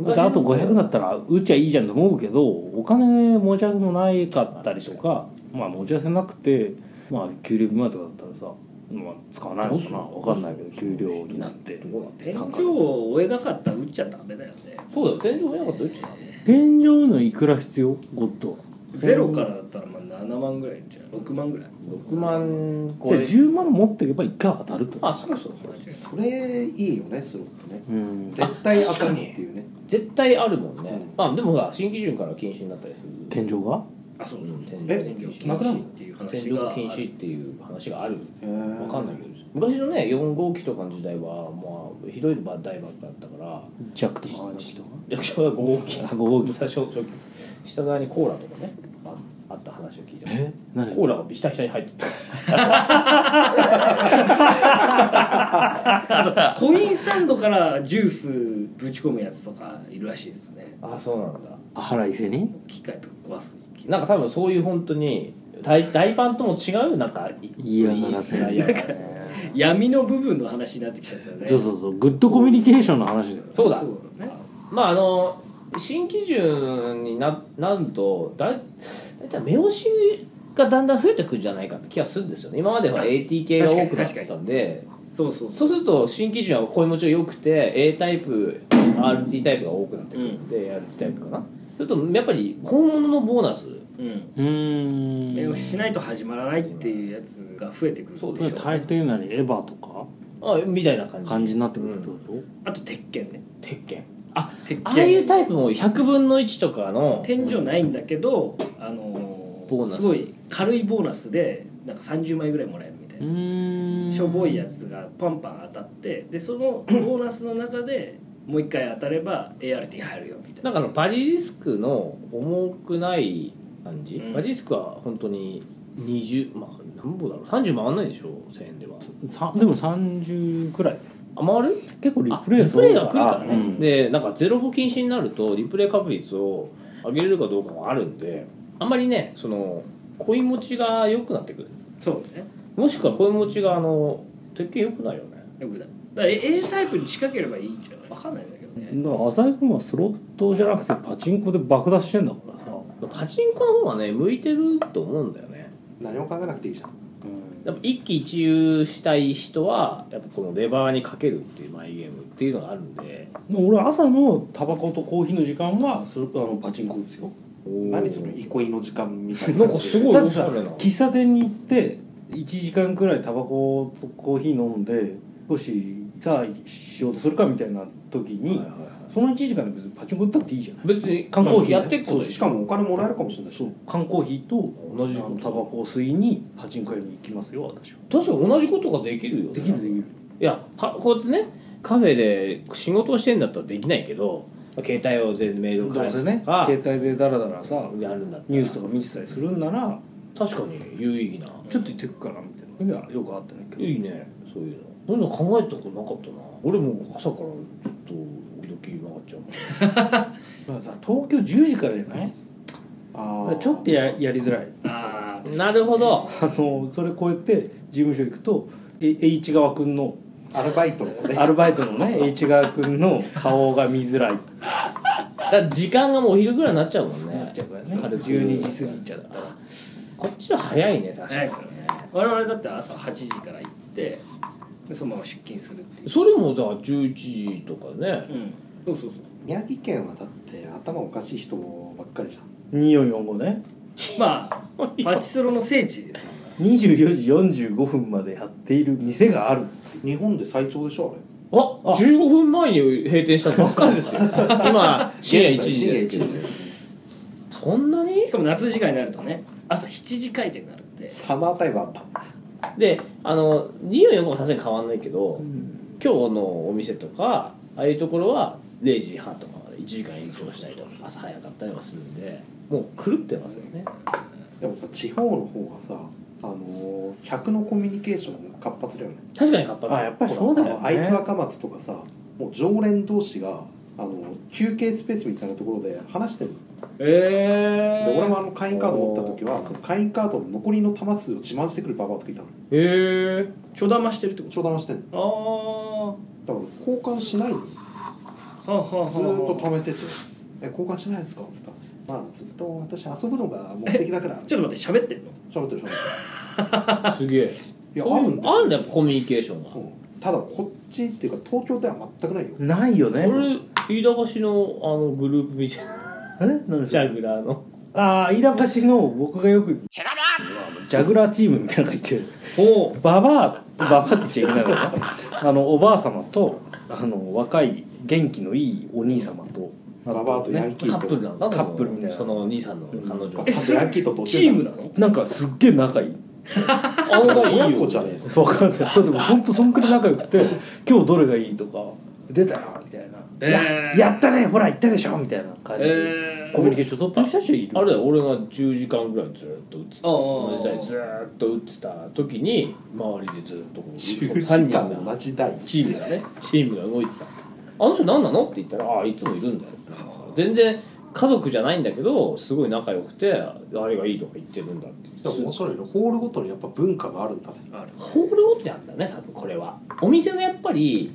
だってあと500だ
だ
ったら打っちゃいいじゃんと思うけどお金持ち合わせもないかったりとかまあ持ち合わせなくてまあ給料日前とかだったらさまあ使わないのかな分かんないけど給料になって
天
参加
井を追えなかったら打っちゃダメだよね
そうだよ天井がなかったらうちなんだよ
天井のいくら必要ゴッド
ゼロからだったらまあ7万ぐらいじゃん6万ぐらい
6万
じゃあ10万持っていけば1回当たると
あそうそうそう
それいいよねスロットね
うん
絶対当たるっていうね
絶対あるもんね
うん
まあでもさ新基準から禁止になったりする
天井が
あそうそう
天井
え
禁止
なくなるの
っていう
天
話
井
が
禁止っていう話があるわ
分
かんないけど昔のね4号機とかの時代はまあひどい台ばっかだったから
ジャックとかああいうのとか
役者は5号機
あ5号機
最初初期下側にコーラとかねああった話を聞いて
え何
コーラがひたひたに入ってた
あとコインサンドからジュースぶち込むやつとかいるらしいですね
あそうなんだ
あ腹いせに
機械ぶっ壊す
なんか多分そういう本当に大大パンとも違うなんかい
いやなら
そ
せ
ういういい
な
ないいや
闇の部分の話になってきちゃったよね
そうそうそうグッドコミュニケーションの話だよ
そうだ
そうだね
まああの新基準にななるとだい大体目押しがだんだん増えてくるんじゃないかって気がするんですよね今までは
あ
ATK が多くなっ
確かに確か
て
に
たんで
そうそうそう
そうすると新基準は声持ちが良くて A タイプ RT タイプが多くなってくるんで、RT タイプかなちょっとやっぱり本物のボーナス
うん
うーん
目をしないと始まらないっていうやつが増えてくる
そう
それ大抵なりエヴァとか
あみたいな感じ
感じになってくるってこと、
あと鉄拳ね
鉄拳あ
鉄拳
ああいうタイプも100分の1とかの
天井ないんだけど、あのー
ボーナス
すごい軽いボーナスでなんか30枚ぐらいもらえるみたいうな、
ーん
しょぼいやつがパンパン当たってでそのボーナスの中でもう一回当たれば ART 入るよみたい
な
なん
かあのバジリスクの重くない感じ、
うん
バジリスクは本当に20まあ何本だろう30回んないでしょ1000円では
さでも30くらい
あ回る
結構リ
あ
プレイ
リプレイが来るからね、
うん
でなんかゼロ歩禁止になるとリプレイ確率を上げれるかどうかもあるんであんまりねそのコイン持ちが良くなってくる
そうね
もしくはコイン持ちがあの鉄拳良くないよね
よくないだから A タイプに仕掛ければいいんじゃないわかんないんだけどね
だから浅井君はスロットじゃなくてパチンコで爆打してんだからさ、
パチンコの方がね向いてると思うんだよね
何も考えなくていいじゃん
やっぱ一喜一憂したい人はやっぱこのレバーにかけるっていうマイゲームっていうのがあるんで
俺朝のタバコとコーヒーの時間はそれあのパチンコ打つよ
何その憩いの時間みたいな
なんかすごい
だっ
お
て
し
さ
ゃれな
喫茶店に行って1時間くらいタバコとコーヒー飲んで少しさあしようとするかみたいな時に、その1時間で別にパチンコ打ったっていいじゃない
別に
缶
缶
コ
コー
ーヒ
ヒー
ーね
やってっことで
し
し
か
ょ
もお金もらえるかもしれないし
そう缶コーヒーと
同じ
あ
こ
の
と
タバコを吸いにパチンコ屋に行きますよ私は
確かに同じことができるよね
できるできる
いやかこうやってねカフェで仕事をしてんだったらできないけど携帯をでメールを
ど
返
うせ
す
ね
とか、
携帯でダラダラさ
やるんだったら
ニュースとか見てたりするんなら
確かに有意義な
ちょっと行ってくからみたいなのがよくあったんだけど
いいねそういうのそういうの考えたことなかったな俺もう朝からちょっと時々曲がっちゃうもん
だからさ東京10時からじゃないだ
あ
か
あ
らちょっとややりづらい
ああ
なるほど
あのそれ超えて事務所行くとえ H 川君の
アルバイトの子ね
アルバイトの ね H 川君の顔が見づらいって
だから時間がもうお昼ぐらいになっちゃうもんね
なっちゃうからね
軽く
12時過ぎちゃったら
こっちは早いね確か
早い
に
からね我々だって朝8時から行ってでそのまま出勤するっていう
それもじゃあ11時とかね
うんそうそうそう
宮城県はだって頭おかしい人ばっかりじゃん
2445ね
そうまあパチスロの聖地ですか
24時45分までやっている店がある
日本で最長でしょ
あ15分前に閉店したばっかり ですよ今
あれ
深夜1時ですけ
深
ど
夜1時
そんな
ら
に
しかも夏時間になるとね朝7時開店になるんで
サマータイムあった
であの24はさすがに変わんないけど、今日のお店とかああいうところは0時半とかまで1時間延長したりとか朝早かったりはするんでもう狂ってますよね
でもさ地方の方がさあのー客のコミュニケーションも活発だよね
確かに活発
あやっぱりそうだよ
あの会津
ね
若松とかさもう常連同士があの休憩スペースみたいなところで話してるの
え
で俺もあの会員カード持った時はその会員カードの残りの玉数を自慢してくるババアとかいたの
へえ
ちょだましてるってこ
ちょうど話してんの
とあ
だ
あ
から交換しないのよ
はあはあはあ
ずーっと貯めてて「え交換しないですか?」っつったら「まあずっと私遊ぶのが目的だから」
ちょっと待って喋ってんの
しゃべってるしゃべって
すげえ
るいやあるんだよ
あるんだよコミュニケーションが、
うんただこっちっていうか東京では全くないよ
ないよね
俺飯田橋のあのグループみたいな
え何でし
ジ
た
ャグラーの
ああ飯田橋の僕がよくジャグラーチームみたいなのがいて
ほう
ババアババアって言っちゃいけないのかなあのおばあ様とあの若い元気のいいお兄様とあ
ババアとヤンキ
カ
ー
ップル
と
なんだ
カップルみたいな
その兄さんの彼女
カップルヤンキーと途
チ
中
ームなの
なんかすっげえ仲いい
あ本当はいいよ
親子じゃねえ
分かんないそうでも本当そんくらい仲良くて「今日どれがいい?」とか「出たよ」みたいな「
えー
ややったねほら言ったでしょ」みたいな感じで
え
コミュニケーション取ってる人たちはいる
あれだよ俺が10時間ぐらいずっと打ってた
ああ
同じ台ずっと打ってた時に周りでずっとこう
10時間
が
同じ台
チームがねチームが動いてたあの人何なのって言ったらああいつもいるんだよ全然家族じゃないんだけどすごい仲良くてあれがいいとか言ってるんだって
でも面
ホ
白いねホールごとにやっぱ文化があるんだね
ールごとにあるんだね多分これはお店のやっぱり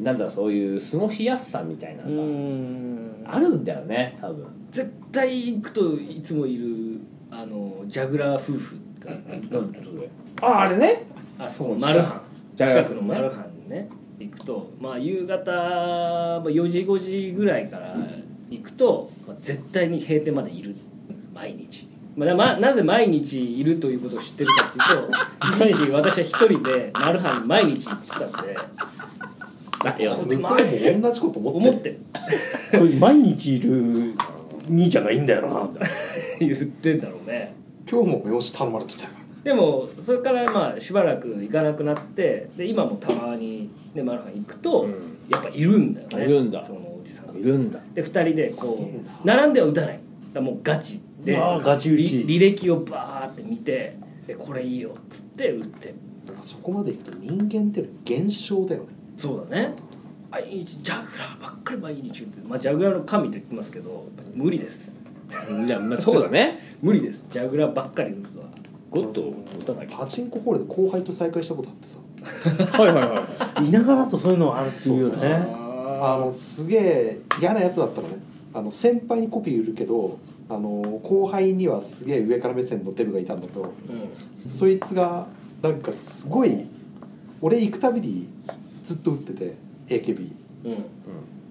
なんだろうそういう過ごしやすさみたいなさ
ん
あるんだよね多分
絶対行くといつもいるあのジャグラー夫婦が
なんそれああれね
あそうマルハン
ジャガ
近
ー
く
君
の
ね
マルハンにね行くとまあ夕方、まあ、4時5時ぐらいから行くと、まあ、絶対に閉店までいるんです毎日、まあなまなぜ毎日いるということを知ってるかっていうと一時期私は一人でマルハンに毎日行ってたんで
だよ
向こうも同じこと思って
思
る
ってる
これ毎日いる兄ちゃんがいいんだよなみたい
言ってんだろうね
今日も催し頼まれてたよ
でもそれからまあしばらく行かなくなってで今もたまに、ね、マルハン行くと、
うん
やっぱいるんだよね
いるんだ
そのおじさんが
いるんだ
で2人でこ
すげえな
う並んでは打たないだからもうガチで
うわーガチ打ち
り履歴をバーって見てでこれいいよっつって打って
だからそこまでいくと人間っていうのは現象だよね
そうだね毎日ジャグラーばっかり毎日打って、まあ、ジャグラーの神と言ってますけど無理です
いやまあそうだね
無理ですジャグラーばっかり打つのは
ゴッド打たなきゃ
パチンコホールで後輩と再会したことあってさ
はいはいはい
な 田舎だとそういうのあるっていうよね
あのすげえ嫌なやつだったのねあの先輩にコピー売るけどあの後輩にはすげえ上から目線のデブがいたんだけど
うん
そいつがなんかすごい俺行くたびにずっと打ってて AKB
う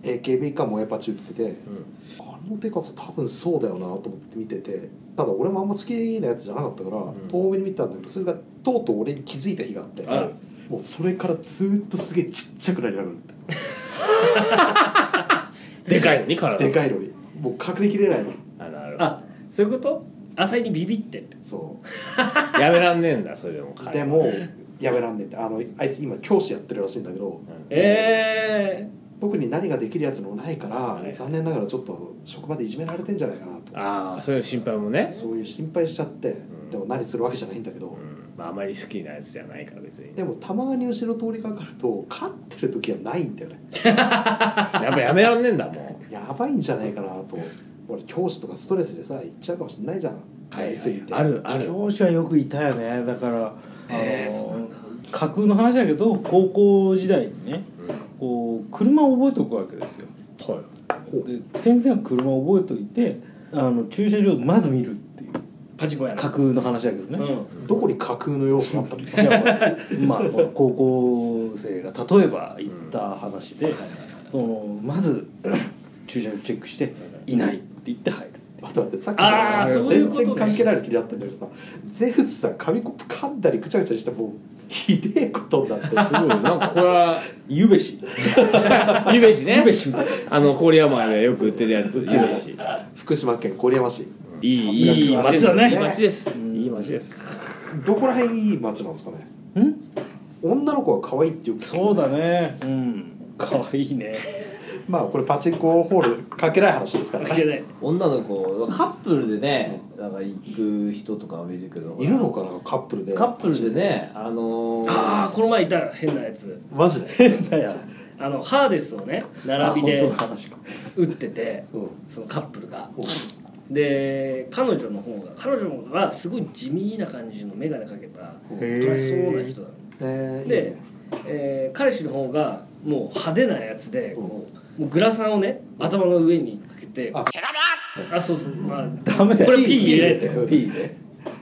ん、
AKB かもエパチ打ってて
うん
あのデカさ多分そうだよなと思って見ててただ俺もあんま好きなやつじゃなかったから
ん
遠目に見てたんだけどそれがとうとう俺に気づいた日があって
あら
もうそれからずーっとすげえちっちゃくなりながらだっ
でかいのに体
たでかいのにもう隠れきれないの
あなるほど
あそういうこと浅井にビビってって
そ
やめらんねえんだそれでも
う
彼
でもやめらんねんってあのあいつ今教師やってるらしいんだけど
え
特に何ができるやつもないから、
い
残念ながらちょっと職場でいじめられてんじゃないかなと
ああそういう心配もね、
そういう心配しちゃって、
ん
でも何するわけじゃないんだけど、
うんまあ、あまり好きなやつじゃないから別に
でもたまに後ろ通りかかると勝ってる時はないんだよね
やっぱやめらんねえんだもう
やばいんじゃないかなと俺教師とかストレスでさ行っちゃうかもしれないじゃん
はいはい
やりすぎて、
あるある
教師はよくいたよねだからあの、
えーそうなんだ
架空の話だけど高校時代にね
うんは
こう車を覚えておくわけですよ
い
で先生が車を覚えておいてあの駐車場をまず見るっていう
ー、パチンコやな
架空の話だけど
う
ね、
ん
どこに架空の要素があったの
いや まあまあ高校生が例えば言った話で、そのまず 駐車場チェックして「いない」って言って入る
あと待ってさっき
あー
の
そういう
全
ことね
然関係ないの気になったんだけどさゼウスさん紙コップ噛んだりぐちゃぐちゃしてもうひでえことになってす
すごいなんかこれは
「ゆべし」
ゆべし
「ゆ
ね
べし」みたい
あの郡山でよく売ってるやつゆべし
福島県郡山市
いいいい
さ
街
すが
だ
に詳しいね
ねいい街ですいい街です
どこら辺いい町なんですかね
な。ん
女の子は可愛いっていうか
そうだねうんかわいいね
まあこれパチンコホール関係ない話ですから
関係
ね
ない
女の子カップルでねなんか行く人とか見るけど
いるのかなカップルで
カップルでねあのー
ああこの前いた変なやつ
マジで、
だよ
あのハーデスをね
あ
並び
本当
で
の話か
打ってて
うん、
そのカップルがで彼女の方が彼女はすごい地味な感じの眼鏡かけた取れそうな人なの
えー、いい
で
ね、
えー彼氏の方がもう派手なやつでこうもうグラサンをね頭の上にかけて
あ
「あそうそうまあ
ダメだよ
これ P 入れ
ピー入れて
て
P で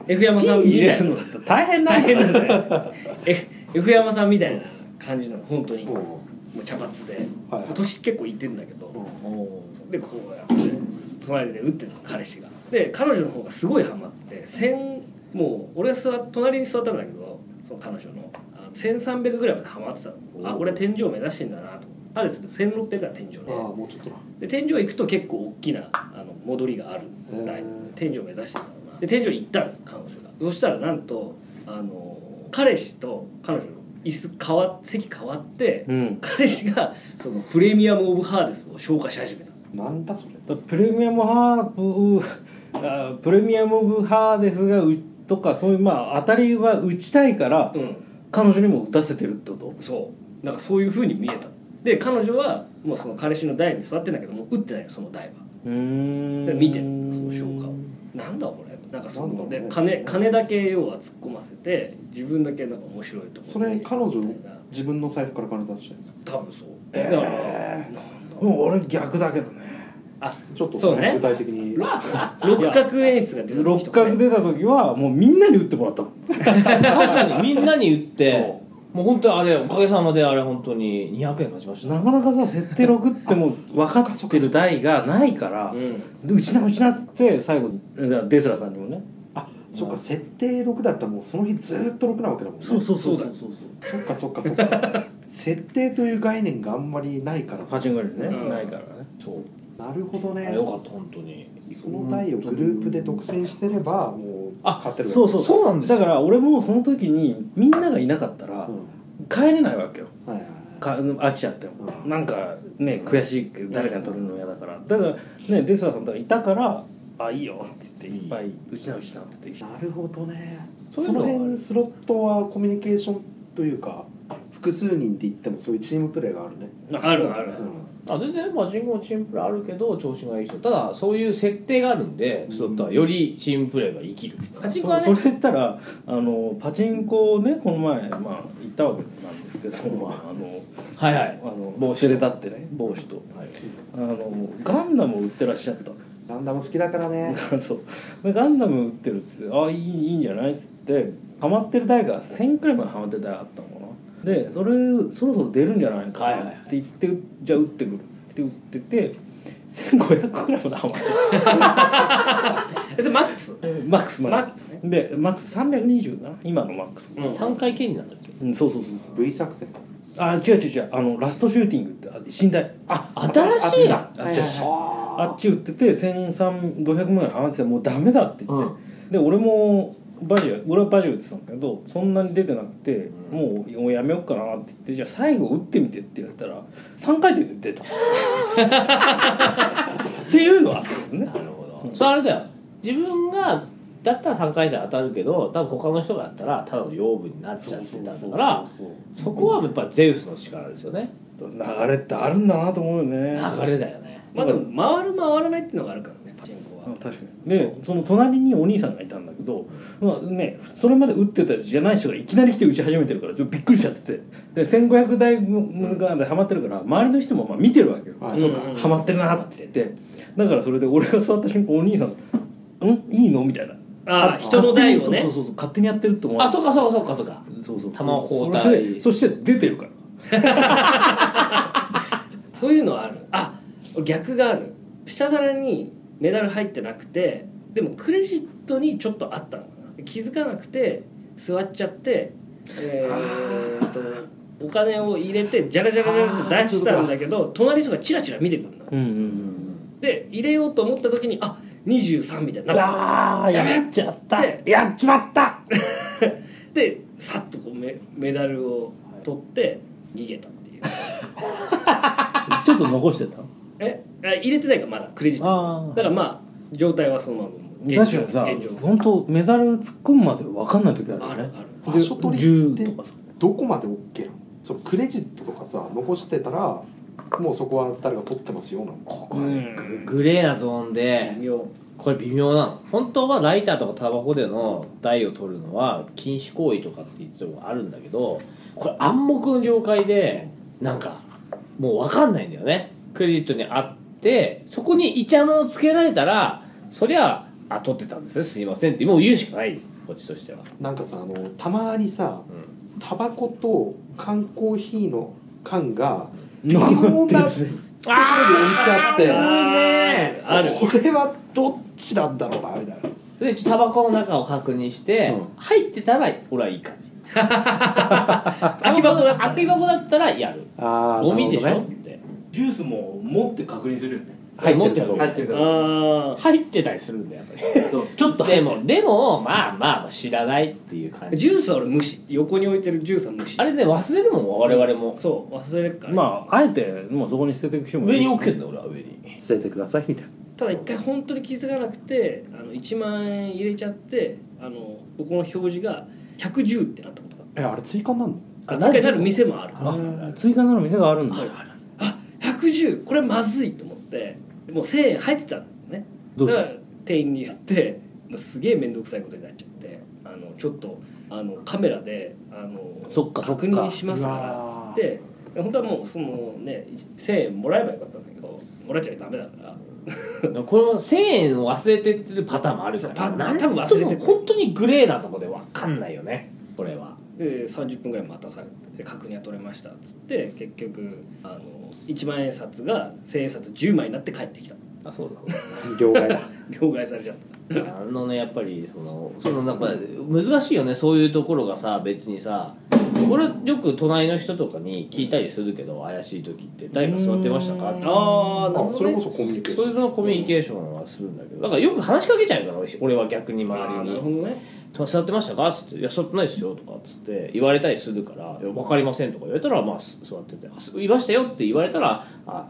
F 山さん
P
み
入れ
たい
る
な
の大変だ
大変
ね
なんだよ F- F 山さんみたいな感じの本当に
うん
もう茶髪で
はいはい
年結構いってんだけどでこうやって隣で打ってるの彼氏がで彼女の方がすごいハマってて千もう俺が座っ隣に座ったんだけどその彼女のあの1300ぐらいまでハマってたのあこれ天井目指してんだなとあれです1600が天井
ああもうちょっとな
でで天井行くと結構大きなあの戻りがある
へえ
台天井目指してたのなで天井行ったんです彼女がそしたらなんとあの彼氏と彼女の椅子変わ席変わって
うん
彼氏がそのプレミアム・オブ・ハーデスを消化し始めた
なんだそれ
だプレミアムハーブあプレミアムオブハーですがうとかそういうまあ当たりは打ちたいから
うん
彼女にも打たせてるってこと
そうなんかそういう風に見えたで彼女はもうその彼氏の台に座ってんだけどもう打ってないのその台は
うーん
で見てるその消化をなんだこれなんかそ
なんだろ
の
うね
で金金だけ要は突っ込ませて自分だけなんか面白いとこ
それ彼女
みたいな
自分の財布から金出して
多分そうだ
えー
から、なんだ
でも俺逆だけどね
ちょっと
そうね
具体的に
六角演出が出た時
六
とかね
角出た時はもうみんなに打ってもらったもん
確かにみんなに言ってもう本当にあれおかげさまであれ本当に200円勝ちました
なかなかさ設定6ってもう分かってる台がないから
うん
で打ちな打ちなっつって最後デスラーさんにもね
あそっか設定6だったらもうその日ずーっと6なわけだもんね
そう
そうそう
そう
そっかそっかそっか設定という概念があんまりないから
パ
さ
チンコよりね、
うん
ないからね
そう
なるほど
あ
ね
よかった本当に
その台をグループで独占してればもう
あ
勝てる
そうそう
そうなんです
だ
よ
から俺もその時にみんながいなかったら
うん
帰れないわけよ
はいはい
か飽きちゃっても
うん
なんかね悔しいけど誰かに取るの嫌だからだからねデスラーさんとかいたから「あいいよ」って言っていっぱい打ちな打ちなって言って
なるほどね
そ
そう
いうの
の
はあれ
辺スロットはコミュニケーションというか複数人って言ってもそういうチームプレーがあるね、
あるある
うん
あ全然パチンコのチームプレーあるけど調子がいい人ただそういう設定があるんでスロットはよりチームプレーが生きる
パチンコは
そそ
ね
れで言ったらあのパチンコをねこの前、まあ、行ったわけなんですけど、まあ、あの
はいはい
あの
帽子と
連れ立ってね帽子とあのガンダムを売ってらっしゃった
ランダム好きだからね
そうでガンダム売ってるっつって「あいいいいんじゃない?」っつってハマってる台が1000くらいまでハマってる台があったのかなでそれそろそろ出るんじゃないか
はいはいはい
って言って、じゃあ打ってくるって打ってて1500グラムのハマス
えそれマックス
マックス
マ
マ
ッ
ッ
ク
ク
ス
ス
ね
でマックス320かな今のマックス、
うん
3回権利なんだっけ
うん、そうそうそう
V 作戦
あ違う違う違うあのラストシューティングってあ寝台あ
あっ
新し
ち
い
だ
あっちあっちあっち打ってて1300500万円ハマっててもうダメだって言って、で俺もバジル俺はバジル打ってたんだけどそんなに出てなくて、もうもうやめようかなって言ってじゃあ最後打ってみてって言われたら3回転で出たっていうのはあったよね
なるほどそれあれだよ自分がだったら3回戦当たるけど多分他の人がやったらただの養分になっちゃってたんだからそこはやっぱゼウスの力ですよね
流れってあるんだなと思うよね
流れだよね
まあでも回る回らないっていうのがあるからねパチンコは
あ確かにでその隣にお兄さんがいたんだけど、まあね、それまで打ってたじゃない人がいきなり来て打ち始めてるからちょっとびっくりしちゃっててで1500台がハマってるから周りの人もまあ見てるわけよ、
あ
そうか
ハマってるなって言ってだからそれで俺が座った瞬間お兄さん「んいいの?」みたいな
ああ
勝
人の台をね
そうそうそうそう勝手にやってると思う
あそうかそうかそうかそうか
そうそう
球を交
それ
代
でそして出てるから
そういうのあるあ逆がある下皿にメダル入ってなくてでもクレジットにちょっとあったのかな気づかなくて座っちゃってえーっとお金を入れてジャラジャラジャラって出したんだけど隣の人がチラチラ見てくるの
うんうんうん
で入れようと思った時にあ23みたいになった
ああやっちゃったやっちまった
でさっとこうメメダルを取って逃げたっていう
ちょっと残してた
えあ入れてないからまだクレジット
ああ
だからまあ状態はそのまま
確かにさ
現状
本当メダル突っ込むまで分かんない時ある
あ
よ
るあ
ね
場
る
で
所取りって
10とかさ
どこまで OK なのそのクレジットとかさ残してたらもうそこは誰が取ってますよなの
ここはねググレーなゾーンで
微妙
これ微妙なの本当はライターとかタバコでの台を取るのは禁止行為とかって言ってたのがあるんだけどこれ暗黙の了解でなんかもう分かんないんだよねクレジットにあってそこにイチャモンをつけられたらそりゃあ取ってたんですねすいませんってもう言うしかないこっちとしては
なんかさあのたまにさ
う
タバコと缶コーヒーの缶が
微
微妙なところに置いてあって
ねある
これはどっちなんだろうなみたいな
それでタバコの中を確認して、
うん
入ってたら俺はいい か空き箱だ空き箱だったらやる
あ
ゴミでしょ、
ね、
って
ジュースも持って確認するよね
入ってるかどうか
入ってる
あ
入ってたりするんだよやっぱり
そうちょっと
でもでもまあまあ知らないっていう感
あ
じ
ジュースは俺無視横に置いてるジュースは無視
あれね忘れるもん我々も
そう忘れるから、
まああえてもうそこに捨てていく人も
上に置けんだ俺は上に
捨ててくださいみたいな
ただ一回本当に気づかなくてあの1万円入れちゃってあの僕の表示が110ってなったことが
えあれ追加になんの
あ
あ
るあ使いになる店もある
あ追加なの店があるんだ
あるあるあ110これまずいと思ってもう1000円入ってたんだよね
どうし
だ
た
から店員に言ってもうすげえ面倒くさいことになっちゃってあのちょっとあのカメラであの
そっかそっ
確
か
認しますか
う
ら
わ
っつって本当はもうそのね1,000円もらえばよかったんだけどもらっちゃダメだから
これも1000円を忘れてってるパターンもあるか
そうパ
ら
ターン
なん
多分忘れてる
とも本当にグレーなとこで分かんないよねこれは
で30分ぐらい待たされて確認は取れましたっつって結局あの1万円札が1,000円札10枚になって帰ってきた
あそうだ
両替だ
両替されちゃった
あのねやっぱりそのそのなんか難しいよねそういうところがさ別にさ俺よく隣の人とかに聞いたりするけど怪しい時って「誰か座ってましたか?」って
ああなる
あ
ほ
そ
ど、
れ
ね
こ、そコミュニケーシ
それ
ョン
のコミュニケーションはするんだけどだからよく話しかけちゃうから俺俺は逆に
あー
周り
なるほ
に
どね
「座ってましたか?」っつって「いや座ってないですよ」とかっつって言われたりするから「いや分かりません」とか言われたらまあす座っててあ「すいましたよ」って言われたらあ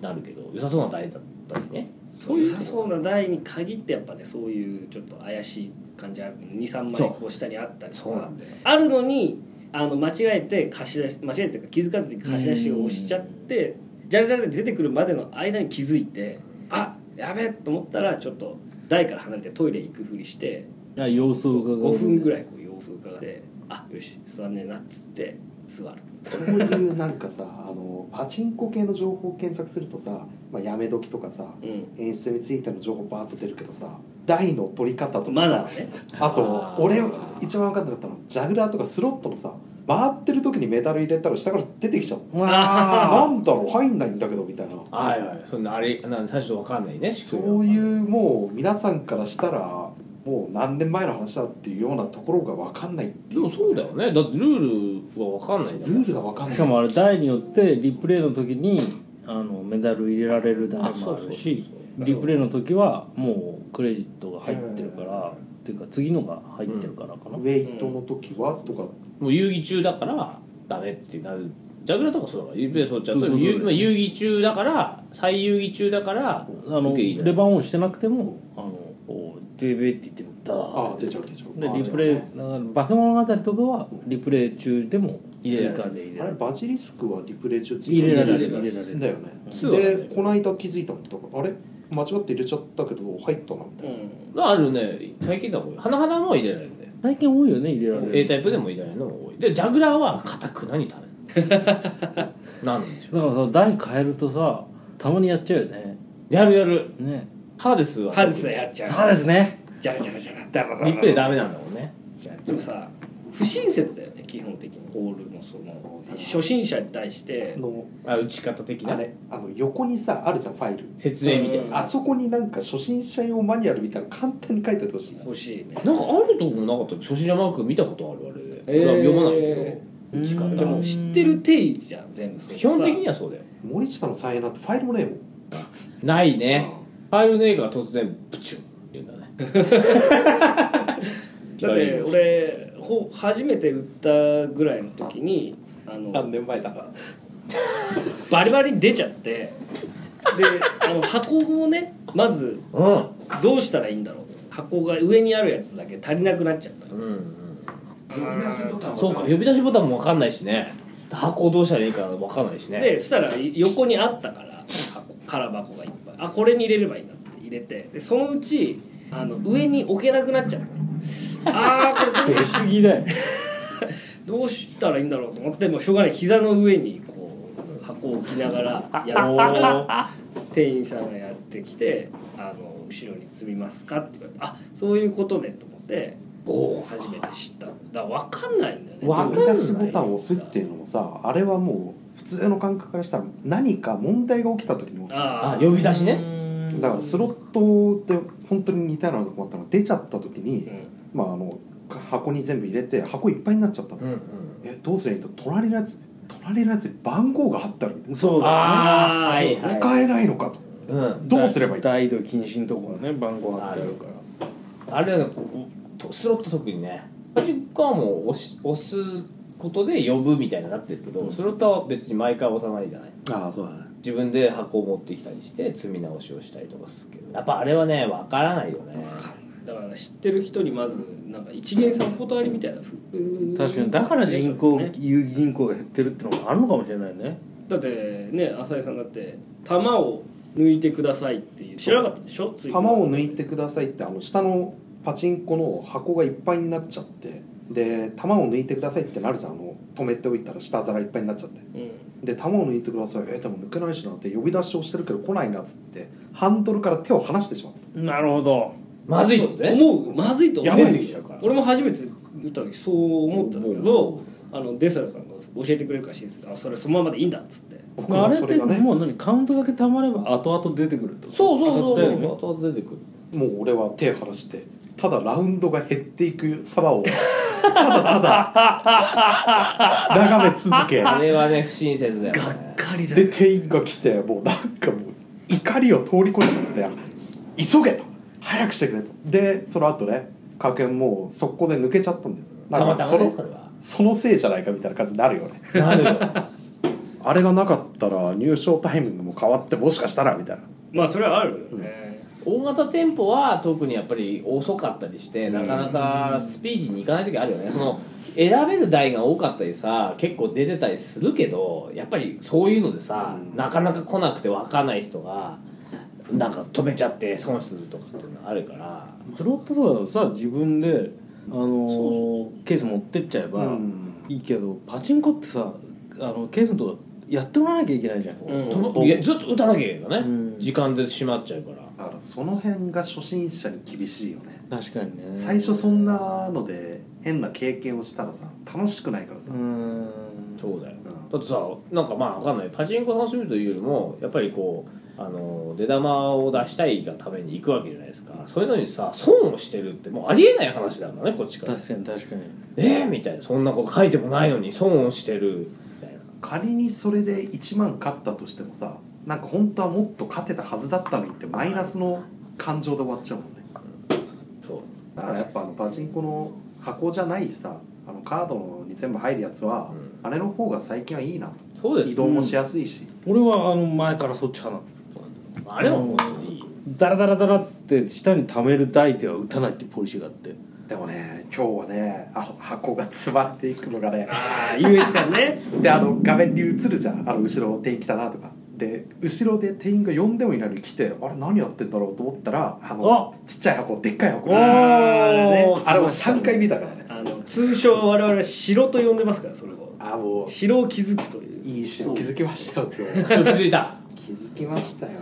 なるけど良さそうな台だったりね
そういう良さそうな台に限ってやっぱねそういうちょっと怪しい感じある23枚
そう
こう下にあったりと
そうな
か
んだよ
あるのにあの間違えて貸し出し間違えていうか気づかずに貸し出しを押しちゃってジャラジャラで出てくるまでの間に気づいてあやべえと思ったらちょっと台から離れてトイレ行くふりして
あ様子を伺う
5分ぐらいこう様子を伺ってあよし座んねえなっつって座る
そういうなんかさあのパチンコ系の情報を検索するとさ、まあ、やめ時とかさ
うん
演出についての情報バーッと出るけどさ台の取り方とか
マナ
さ
ーね
あと俺一番分かんなかったのはジャグラーとかスロットのさ回ってる時にメダル入れたら下から出てきちゃうな
あ
んだろう入んないんだけどみたいな
はいはいそんなあれなん最初わかんないね仕組みは
そういうもう皆さんからしたらもう何年前の話だっていうようなところが分かんないって
で
いう
もそうだよねだってルールはわかんないんだ
ル
もん
ールが分かん
ー
ない
しかもあれ台によってリプレイの時にあのメダル入れられる台もあるしリプレイの時はもうクレジットが入ってるからっていうか次のが入ってるからかな、
ウェイトの時はとか
もう遊戯中だからダメってなるジャグラーとかそうだからゆうべそうちゃんと
そういうことだよ
遊ま
ね
あ遊戯中だから再遊戯中だから
あの
受け入れ
レバーオンしてなくてもあのこうベベって言ってダ
あ
ー
あ
って
出ちゃう出ちゃう
で
あ
リプレイなんか化け物語とかはリプレイ中でも
入れられる
追加で入れら
あれ
れる
バジリスクはリプレイ中つ
入れられ
入
る
れられ
入れ
る
られ
だ
る
よね
ツアーだよね
でこの間気づいたのだからあれ間違って入れちゃったけど入ったなみたいな
あるね最近だもん花々も入れられるね
最近多いよね入れられる
A タイプでも入れられるのも多いでジャグラーは固く何食 べるのなんでしょう
だからさ台変えるとさたまにやっちゃうよね
やるやる
ね
ハーデスは
ハルスやっちゃう
あですね
じゃらじゃらじゃらダバダバ
リップレイダメなんだもんね
でもさ不親切だよね基本的にオールもその初心者に対して
あの
あ打ち方的
あ
な
れあの横にさあるじゃんファイル
説明みたいな
あそこになんか初心者用マニュアルみたいなの簡単に書いておいてほしい
欲しいね
なんかあるとこもなかった初心者マーク見たことあるあれで、
えー
俺は読まないけどしか
うん
でも知ってる定義じゃん全部それ
基本的にはそうだよ
森下の再演なんてファイルもねえもん
ないねファイルネイが突然プチュンって言うんだね
だって俺ほ初めて売ったぐらいの時にあ
何
の
年前だから
バリバリ出ちゃってであの箱をねまず
うん
どうしたらいいんだろう箱が上にあるやつだけ足りなくなっちゃった
うんうんそうか呼び出しボタンも分かんないしね箱をどうしたらいいか分かんないしね
でそしたら横にあったから箱空箱がいっぱいあこれに入れればいいんだっつって入れてでそのうちあの上に置けなくなっちゃったあーこれどうし
不思議だよ
どうしたらいいんだろうと思ってもうしょうがない膝の上にこう箱を置きながらやったら店員さんがやってきて「あの後ろに積みますか?」って言われて「あそういうことね」と思って初めて知っただから分かんないんだよね
わかんない
出しボタンを押すっていうのもさあれはもう普通の感覚からしたら何か問題が起きた時に押す
あ
あー
呼び出しね
だからスロットで本当に似たようなとこあったの出ちゃった時に、
うん
まああの箱に全部入れて箱いっぱいになっちゃったの、
うんうん
えどうすりゃいいと隣のやつ隣のやつに番号が貼ってあるみたい
そうだ
ああはい
な
はい
使えないのかと
うん
どうすればいい
大度禁止のところね番号貼ってあるから
あれだねとスロット特にねマジックはもう押し押すことで呼ぶみたいになってるけど、スロットは別に毎回押さないじゃない
ああそうだね
自分で箱を持ってきたりして積み直しをしたりとかするけどやっぱあれはねわからないよね
だから知ってる人にまずなんか一元さんお断りみたいな
確かにだから人口有機人口が減ってるってのもあるのかもしれないね
だってね浅井さんだって玉を抜いてくださいっていう知らなかったでしょ
球を抜いてくださいってあの下のパチンコの箱がいっぱいになっちゃってで球を抜いてくださいってなるじゃんあの止めておいたら下皿いっぱいになっちゃって
うん
で球を抜いてくださいえでも抜けないしなって呼び出しをしてるけど来ないなっつってハンドルから手を離してしまっ
なるほど
まずいってことね
思うまずいと思
や
う
ばい
出てきちゃうから俺も初めて打った時そう思ったんだけどあのデサルさんが教えてくれるからしいですあそれそのままでいいんだっつって
た僕
まああ
は
れっ
そ
て
れがね
もう何カウントだけたまれば後々出てくるってこと
そうそうそう
だよ
そう
ね
後々出てくる
もう俺は手を離してただラウンドが減っていく様をただただ眺め続け
あれはね不親切だよね
狩り
で店員が来てもうなんかもう怒りを通り越しちゃって急げと早くしてくれとでその後ね加減もう速攻で抜けちゃったんだよ
た
な
ま
んか
た
そ
まね
の
それは
そのせいじゃないかみたいな感じになるよね
なるよ
あれがなかったら入賞タイミングも変わってもしかしたらみたいな
まあそれはあるよね、
大型店舗は特にやっぱり遅かったりしてなかなかスピーディーに行かない時あるよねその選べる台が多かったりさ結構出てたりするけどやっぱりそういうのでさ、
うん
なかなか来なくて分かんない人がなんか止めちゃって損するとかっていうのあるから
スロットとかさ自分であのーケース持ってっちゃえば、いいけどパチンコってさあのケースのとかやってもらわなきゃいけないじゃん、
うん
ともいやずっと打たなきゃいけないよね、
うん
時間で閉まっちゃうから
だからその辺が初心者に厳しいよね
確かにね
最初そんなので変な経験をしたらさ楽しくないからさ、
ん
そうだよ
うん
だってさなんかまあわかんないパチンコ楽しむというよりもやっぱりこうあの出玉を出したいがために行くわけじゃないですかそういうのにさ損をしてるってもうありえない話なんだねこっちから
確かに確かに
えー、みたいなそんなこと書いてもないのに損をしてるみたいな
仮にそれで1万勝ったとしてもさなんか本当はもっと勝てたはずだったのにってマイナスの感情で終わっちゃうもんね
そう
だからやっぱあのパチンコの箱じゃないさあのカードに全部入るやつは、あれの方が最近はいいなと
そうです
移動もしやすいし、
俺はあの前からそっち派なの
あれは本当にいい
ダラダラダラって下に溜める台手は打たないっていうポリシーがあって
でもね今日はねあの箱が詰まっていくのがね
ああ優越感ね
であの画面に映るじゃんあの後ろ店員来たなとかで後ろで店員が呼んでもいないのに来てあれ何やってんだろうと思ったらあのちっちゃい箱でっかい箱
おー
あれを3回見たからね
あの通称我々は城と呼んでますからそれを
あも
城を築くという
ういいし気づきましたよ今日
一度気づいた
気づきましたよ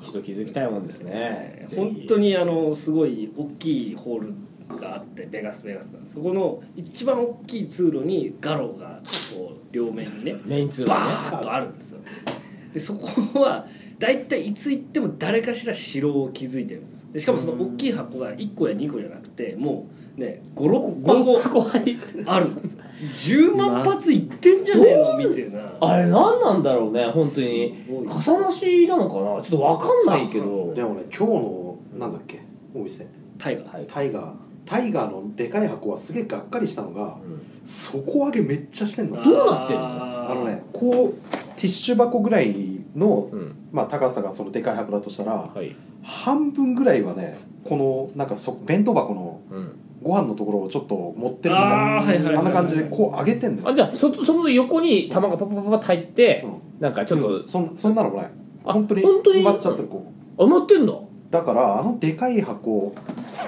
一度気づきたいもんですね
本当にあのすごい大きいホールがあってベガスベガスなんですそこの一番大きい通路にガロがこう両面にね
メインツール
バーッ
ね
とあるんですよでそこは大体いつ行っても誰かしら城を築いてるんですでしかもその大きい箱が1個や2個じゃなくてもうね56個
箱入って
あるんですよ10万発いってんじゃねえのみたいな
あれ何なんだろうね本当に
すごい
かさ増しなのかなちょっとわかんないけど
でもね今日のなんだっけお店
タイガー
タイガータイガーのでかい箱はすげえがっかりしたのが
うん
底上げめっちゃしてんの
どうなってんの
あのねこうティッシュ箱ぐらいの、
うん
まあ、高さがそのでかい箱だとしたら、
はい
半分ぐらいはねこのなんかそ弁当箱の
うん
ご飯のところをちょっと持ってるみたいな
あーはいはいはいはい
あんな感じでこう上げてんだ
あ
よ
じゃあそその横に玉がパパパパ入って
う
なんかちょっと
うんそんそんなのもない
あ
本当に
本当に
埋まっちゃってるこう
余ってんの
だからあのでかい箱、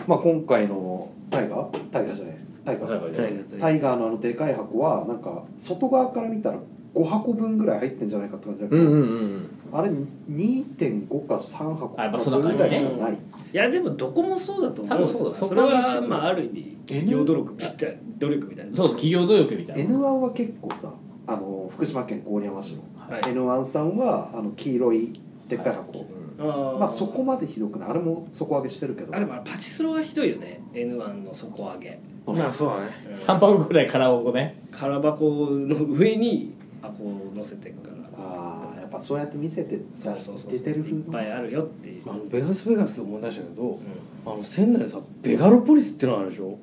まあ、今回のタイガータイガーじゃないタイガー、タイガーのあのでかい箱はなんか外側から見たら5箱分ぐらい入ってんじゃないかって感じだけ
う
ど、
んうんうん
あれ2.5か3箱
あやっぱそんな感
ぐ
じ
ら
ね
いしかない
いやでもどこもそうだと思う
多分そうだそ
そ
こ
れ
は
はまあある意味企業努力みたいな努力みたいな
そう企業努力みたいな
N1 は結構さあの福島県郡山市の
はい
N1 さんはあの黄色いでっかい箱、
うん
あー
まあそこまでひどくないあれも底上げしてるけど
あでもあれパチスロがひどいよね N1 の底上げ、
まあそうだね
うん
三箱ぐらいカラオケね
空箱の上に箱を乗せてくから
ああやっぱそうやって見せて出し
そうそうそう
出てる
いっ
風
ぱいあるよっていう、
あ
う
のベガスベガスで思い出したけど
ん
あの仙台でさベガロポリスってのあるでしょ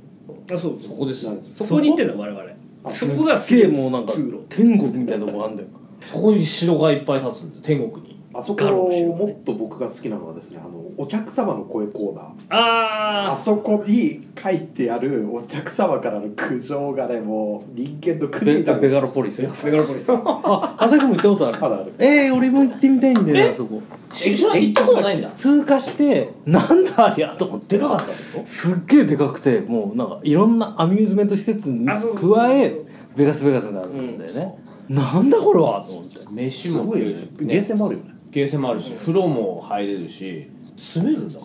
あそうそこ
です
そこに行ってんだ我
あ
々そこが
すげえもうなんか
通路
天国みたいなとこあんだよ
そこに城がいっぱい立つんだよ天国に
あそこをもっと僕が好きなのはですねあのお客様の声コーナーあ
あ
そこに書いてあるお客様からの苦情がねもう人間の苦情
ベ
みたい
ベ
な
ガロポ リス
あメガロポリス
あ浅くも行ったことある
あるある
えー、俺も行ってみたいんだよなあそこ
しそれ行ったことないんだ
通過してなんだありゃと思って
でかかったってこ
すっげえでかくてもうなんかいろんなアミューズメント施設に加
あそう
えベガスベガスになるんだよね、なんだこれはと思って
と飯
す
も
ごい
食え
よ
る
ね
し
ゲーセンもあるよね
ゲーセンもあるし風呂も入れるし住めるんだ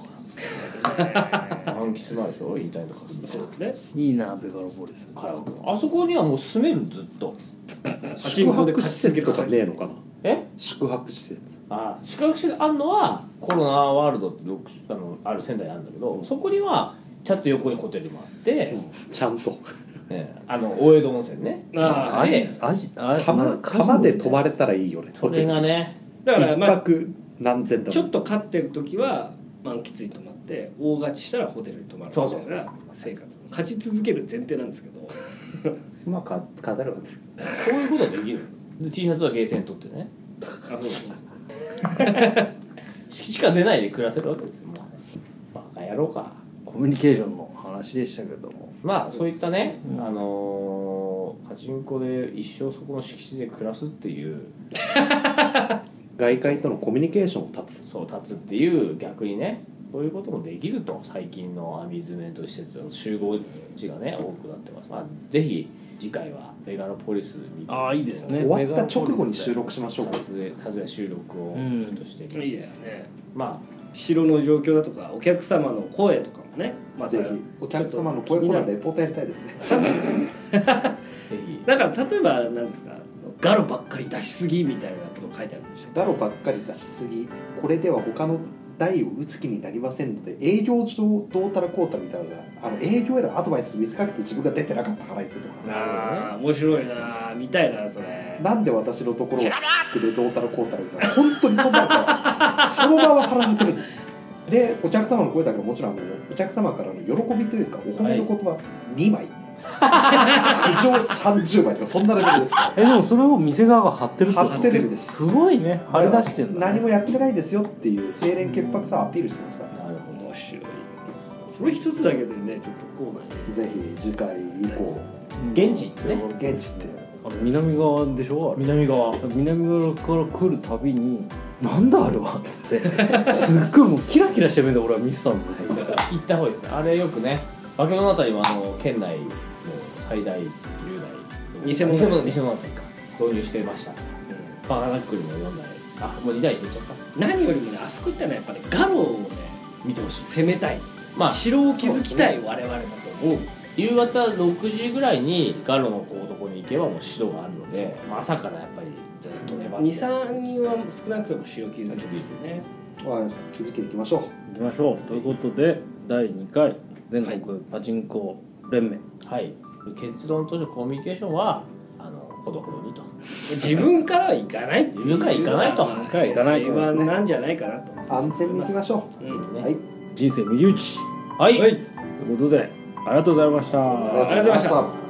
から 満喫もあるでしょ言いたいとか
そうね
いいなベガロポリス
カラオケあそこにはもう住めるずっと
パチンコで
宿泊施設とかねえのかな
え
宿泊施設
あ宿泊施設あるのはコロナワールドってどっあのある仙台にあるんだけどそこにはちゃんと横にホテルもあって、
ちゃんと
ねあの大江戸温泉ね
あ
ア
で
ジアジあ
玉玉で泊まれたらいいよね
それがね
だから
一
まあ
泊何千だもん
ちょっと勝ってる時は満喫に泊まって大勝ちしたらホテルに泊まるみ
そうそう
たいな生活勝ち続ける前提なんですけど
まあか語るわけ
そういうことはできるで T シャツはゲーセン取ってね
あそうそう
敷地から出ないで暮らせるわけですよもうバカ野郎か
コミュニケーションの話でしたけども
まあそういったね、
うん
あのーパチンコで一生そこの敷地で暮らすっていう
外界とのコミュニケーションを断つ
そう立つっていう逆にねそういうこともできると最近のアミューズメント施設の集合地がね多くなってます、まあ、ぜひ次回はメガロポリスに
ああいいですね
終わった直後に収録しましょうか
撮影撮影収録をちょっとしてみて、
いいですね
ま
城の状況だとかお客様の声とかももね、まあ、
ぜ
それは
ひお客様の声コーナーレポートやりたいですね
ぜひ
だから例えばなんですかガロばっかり出しすぎみたいなこと書いてあるんでしょ
ガロばっかり出しすぎこれでは他の台を打つ気になりませんので営業上どうたらこうたみたいなあの営業へのアドバイス見せかけて自分が出てなかったからですとか
ああ面白いなーみたいなそれ
なんで私のところをッでどうたらこうたらみたいな本当にそんなのがその場は絡めてるんですよでお客様の声だけどもちろんあのお客様からの喜びというかお褒めの言葉2枚、苦情30枚とかそんなレベルですから
えでもそれを店側が貼ってるってこと
貼ってるんです
すごいね貼り出してんだ、
何
ね、
もやってないですよっていう清廉潔白さをアピールしてました
なるほ
面白いそれ一つだけでねちょっとこうなん
ぜひ次回以降
ど現地行ってね
現地って
あの南側でしょあれ
南側
南側から来るたびに「なんだあれは」っつってすっごいもうキラキラして目で俺は見てたんですよ
行った方がいいですねあれよくね化け物あたりもあの県内の最大10代
偽物
偽物偽物あたりか導入してました、バカナックルも4台あもう2台出ちゃった
何よりもねあそこ行ったらやっぱねガロをね
見てほしい
攻めたい
まあ
城を築きたい我々だと思う
夕方6時ぐらいにガロのこうとこに行けばもう指導があるので、まあ、朝からやっぱりずっと粘って
23人は少なくとも城築きですよね
わかりました気づきにいきましょう
行きましょうということで第2回全国パチンコ連盟、
はい結論としてコミュニケーションはあのほどほどにと
自分からは行かないっていう
自分から行かないと
自分
から行かないと
はなんじゃないかなと
安全に行きましょ
う、うん
ね
はい
人生無理打ち
はい
ということでありがとうございました
う
ありがとうございました
た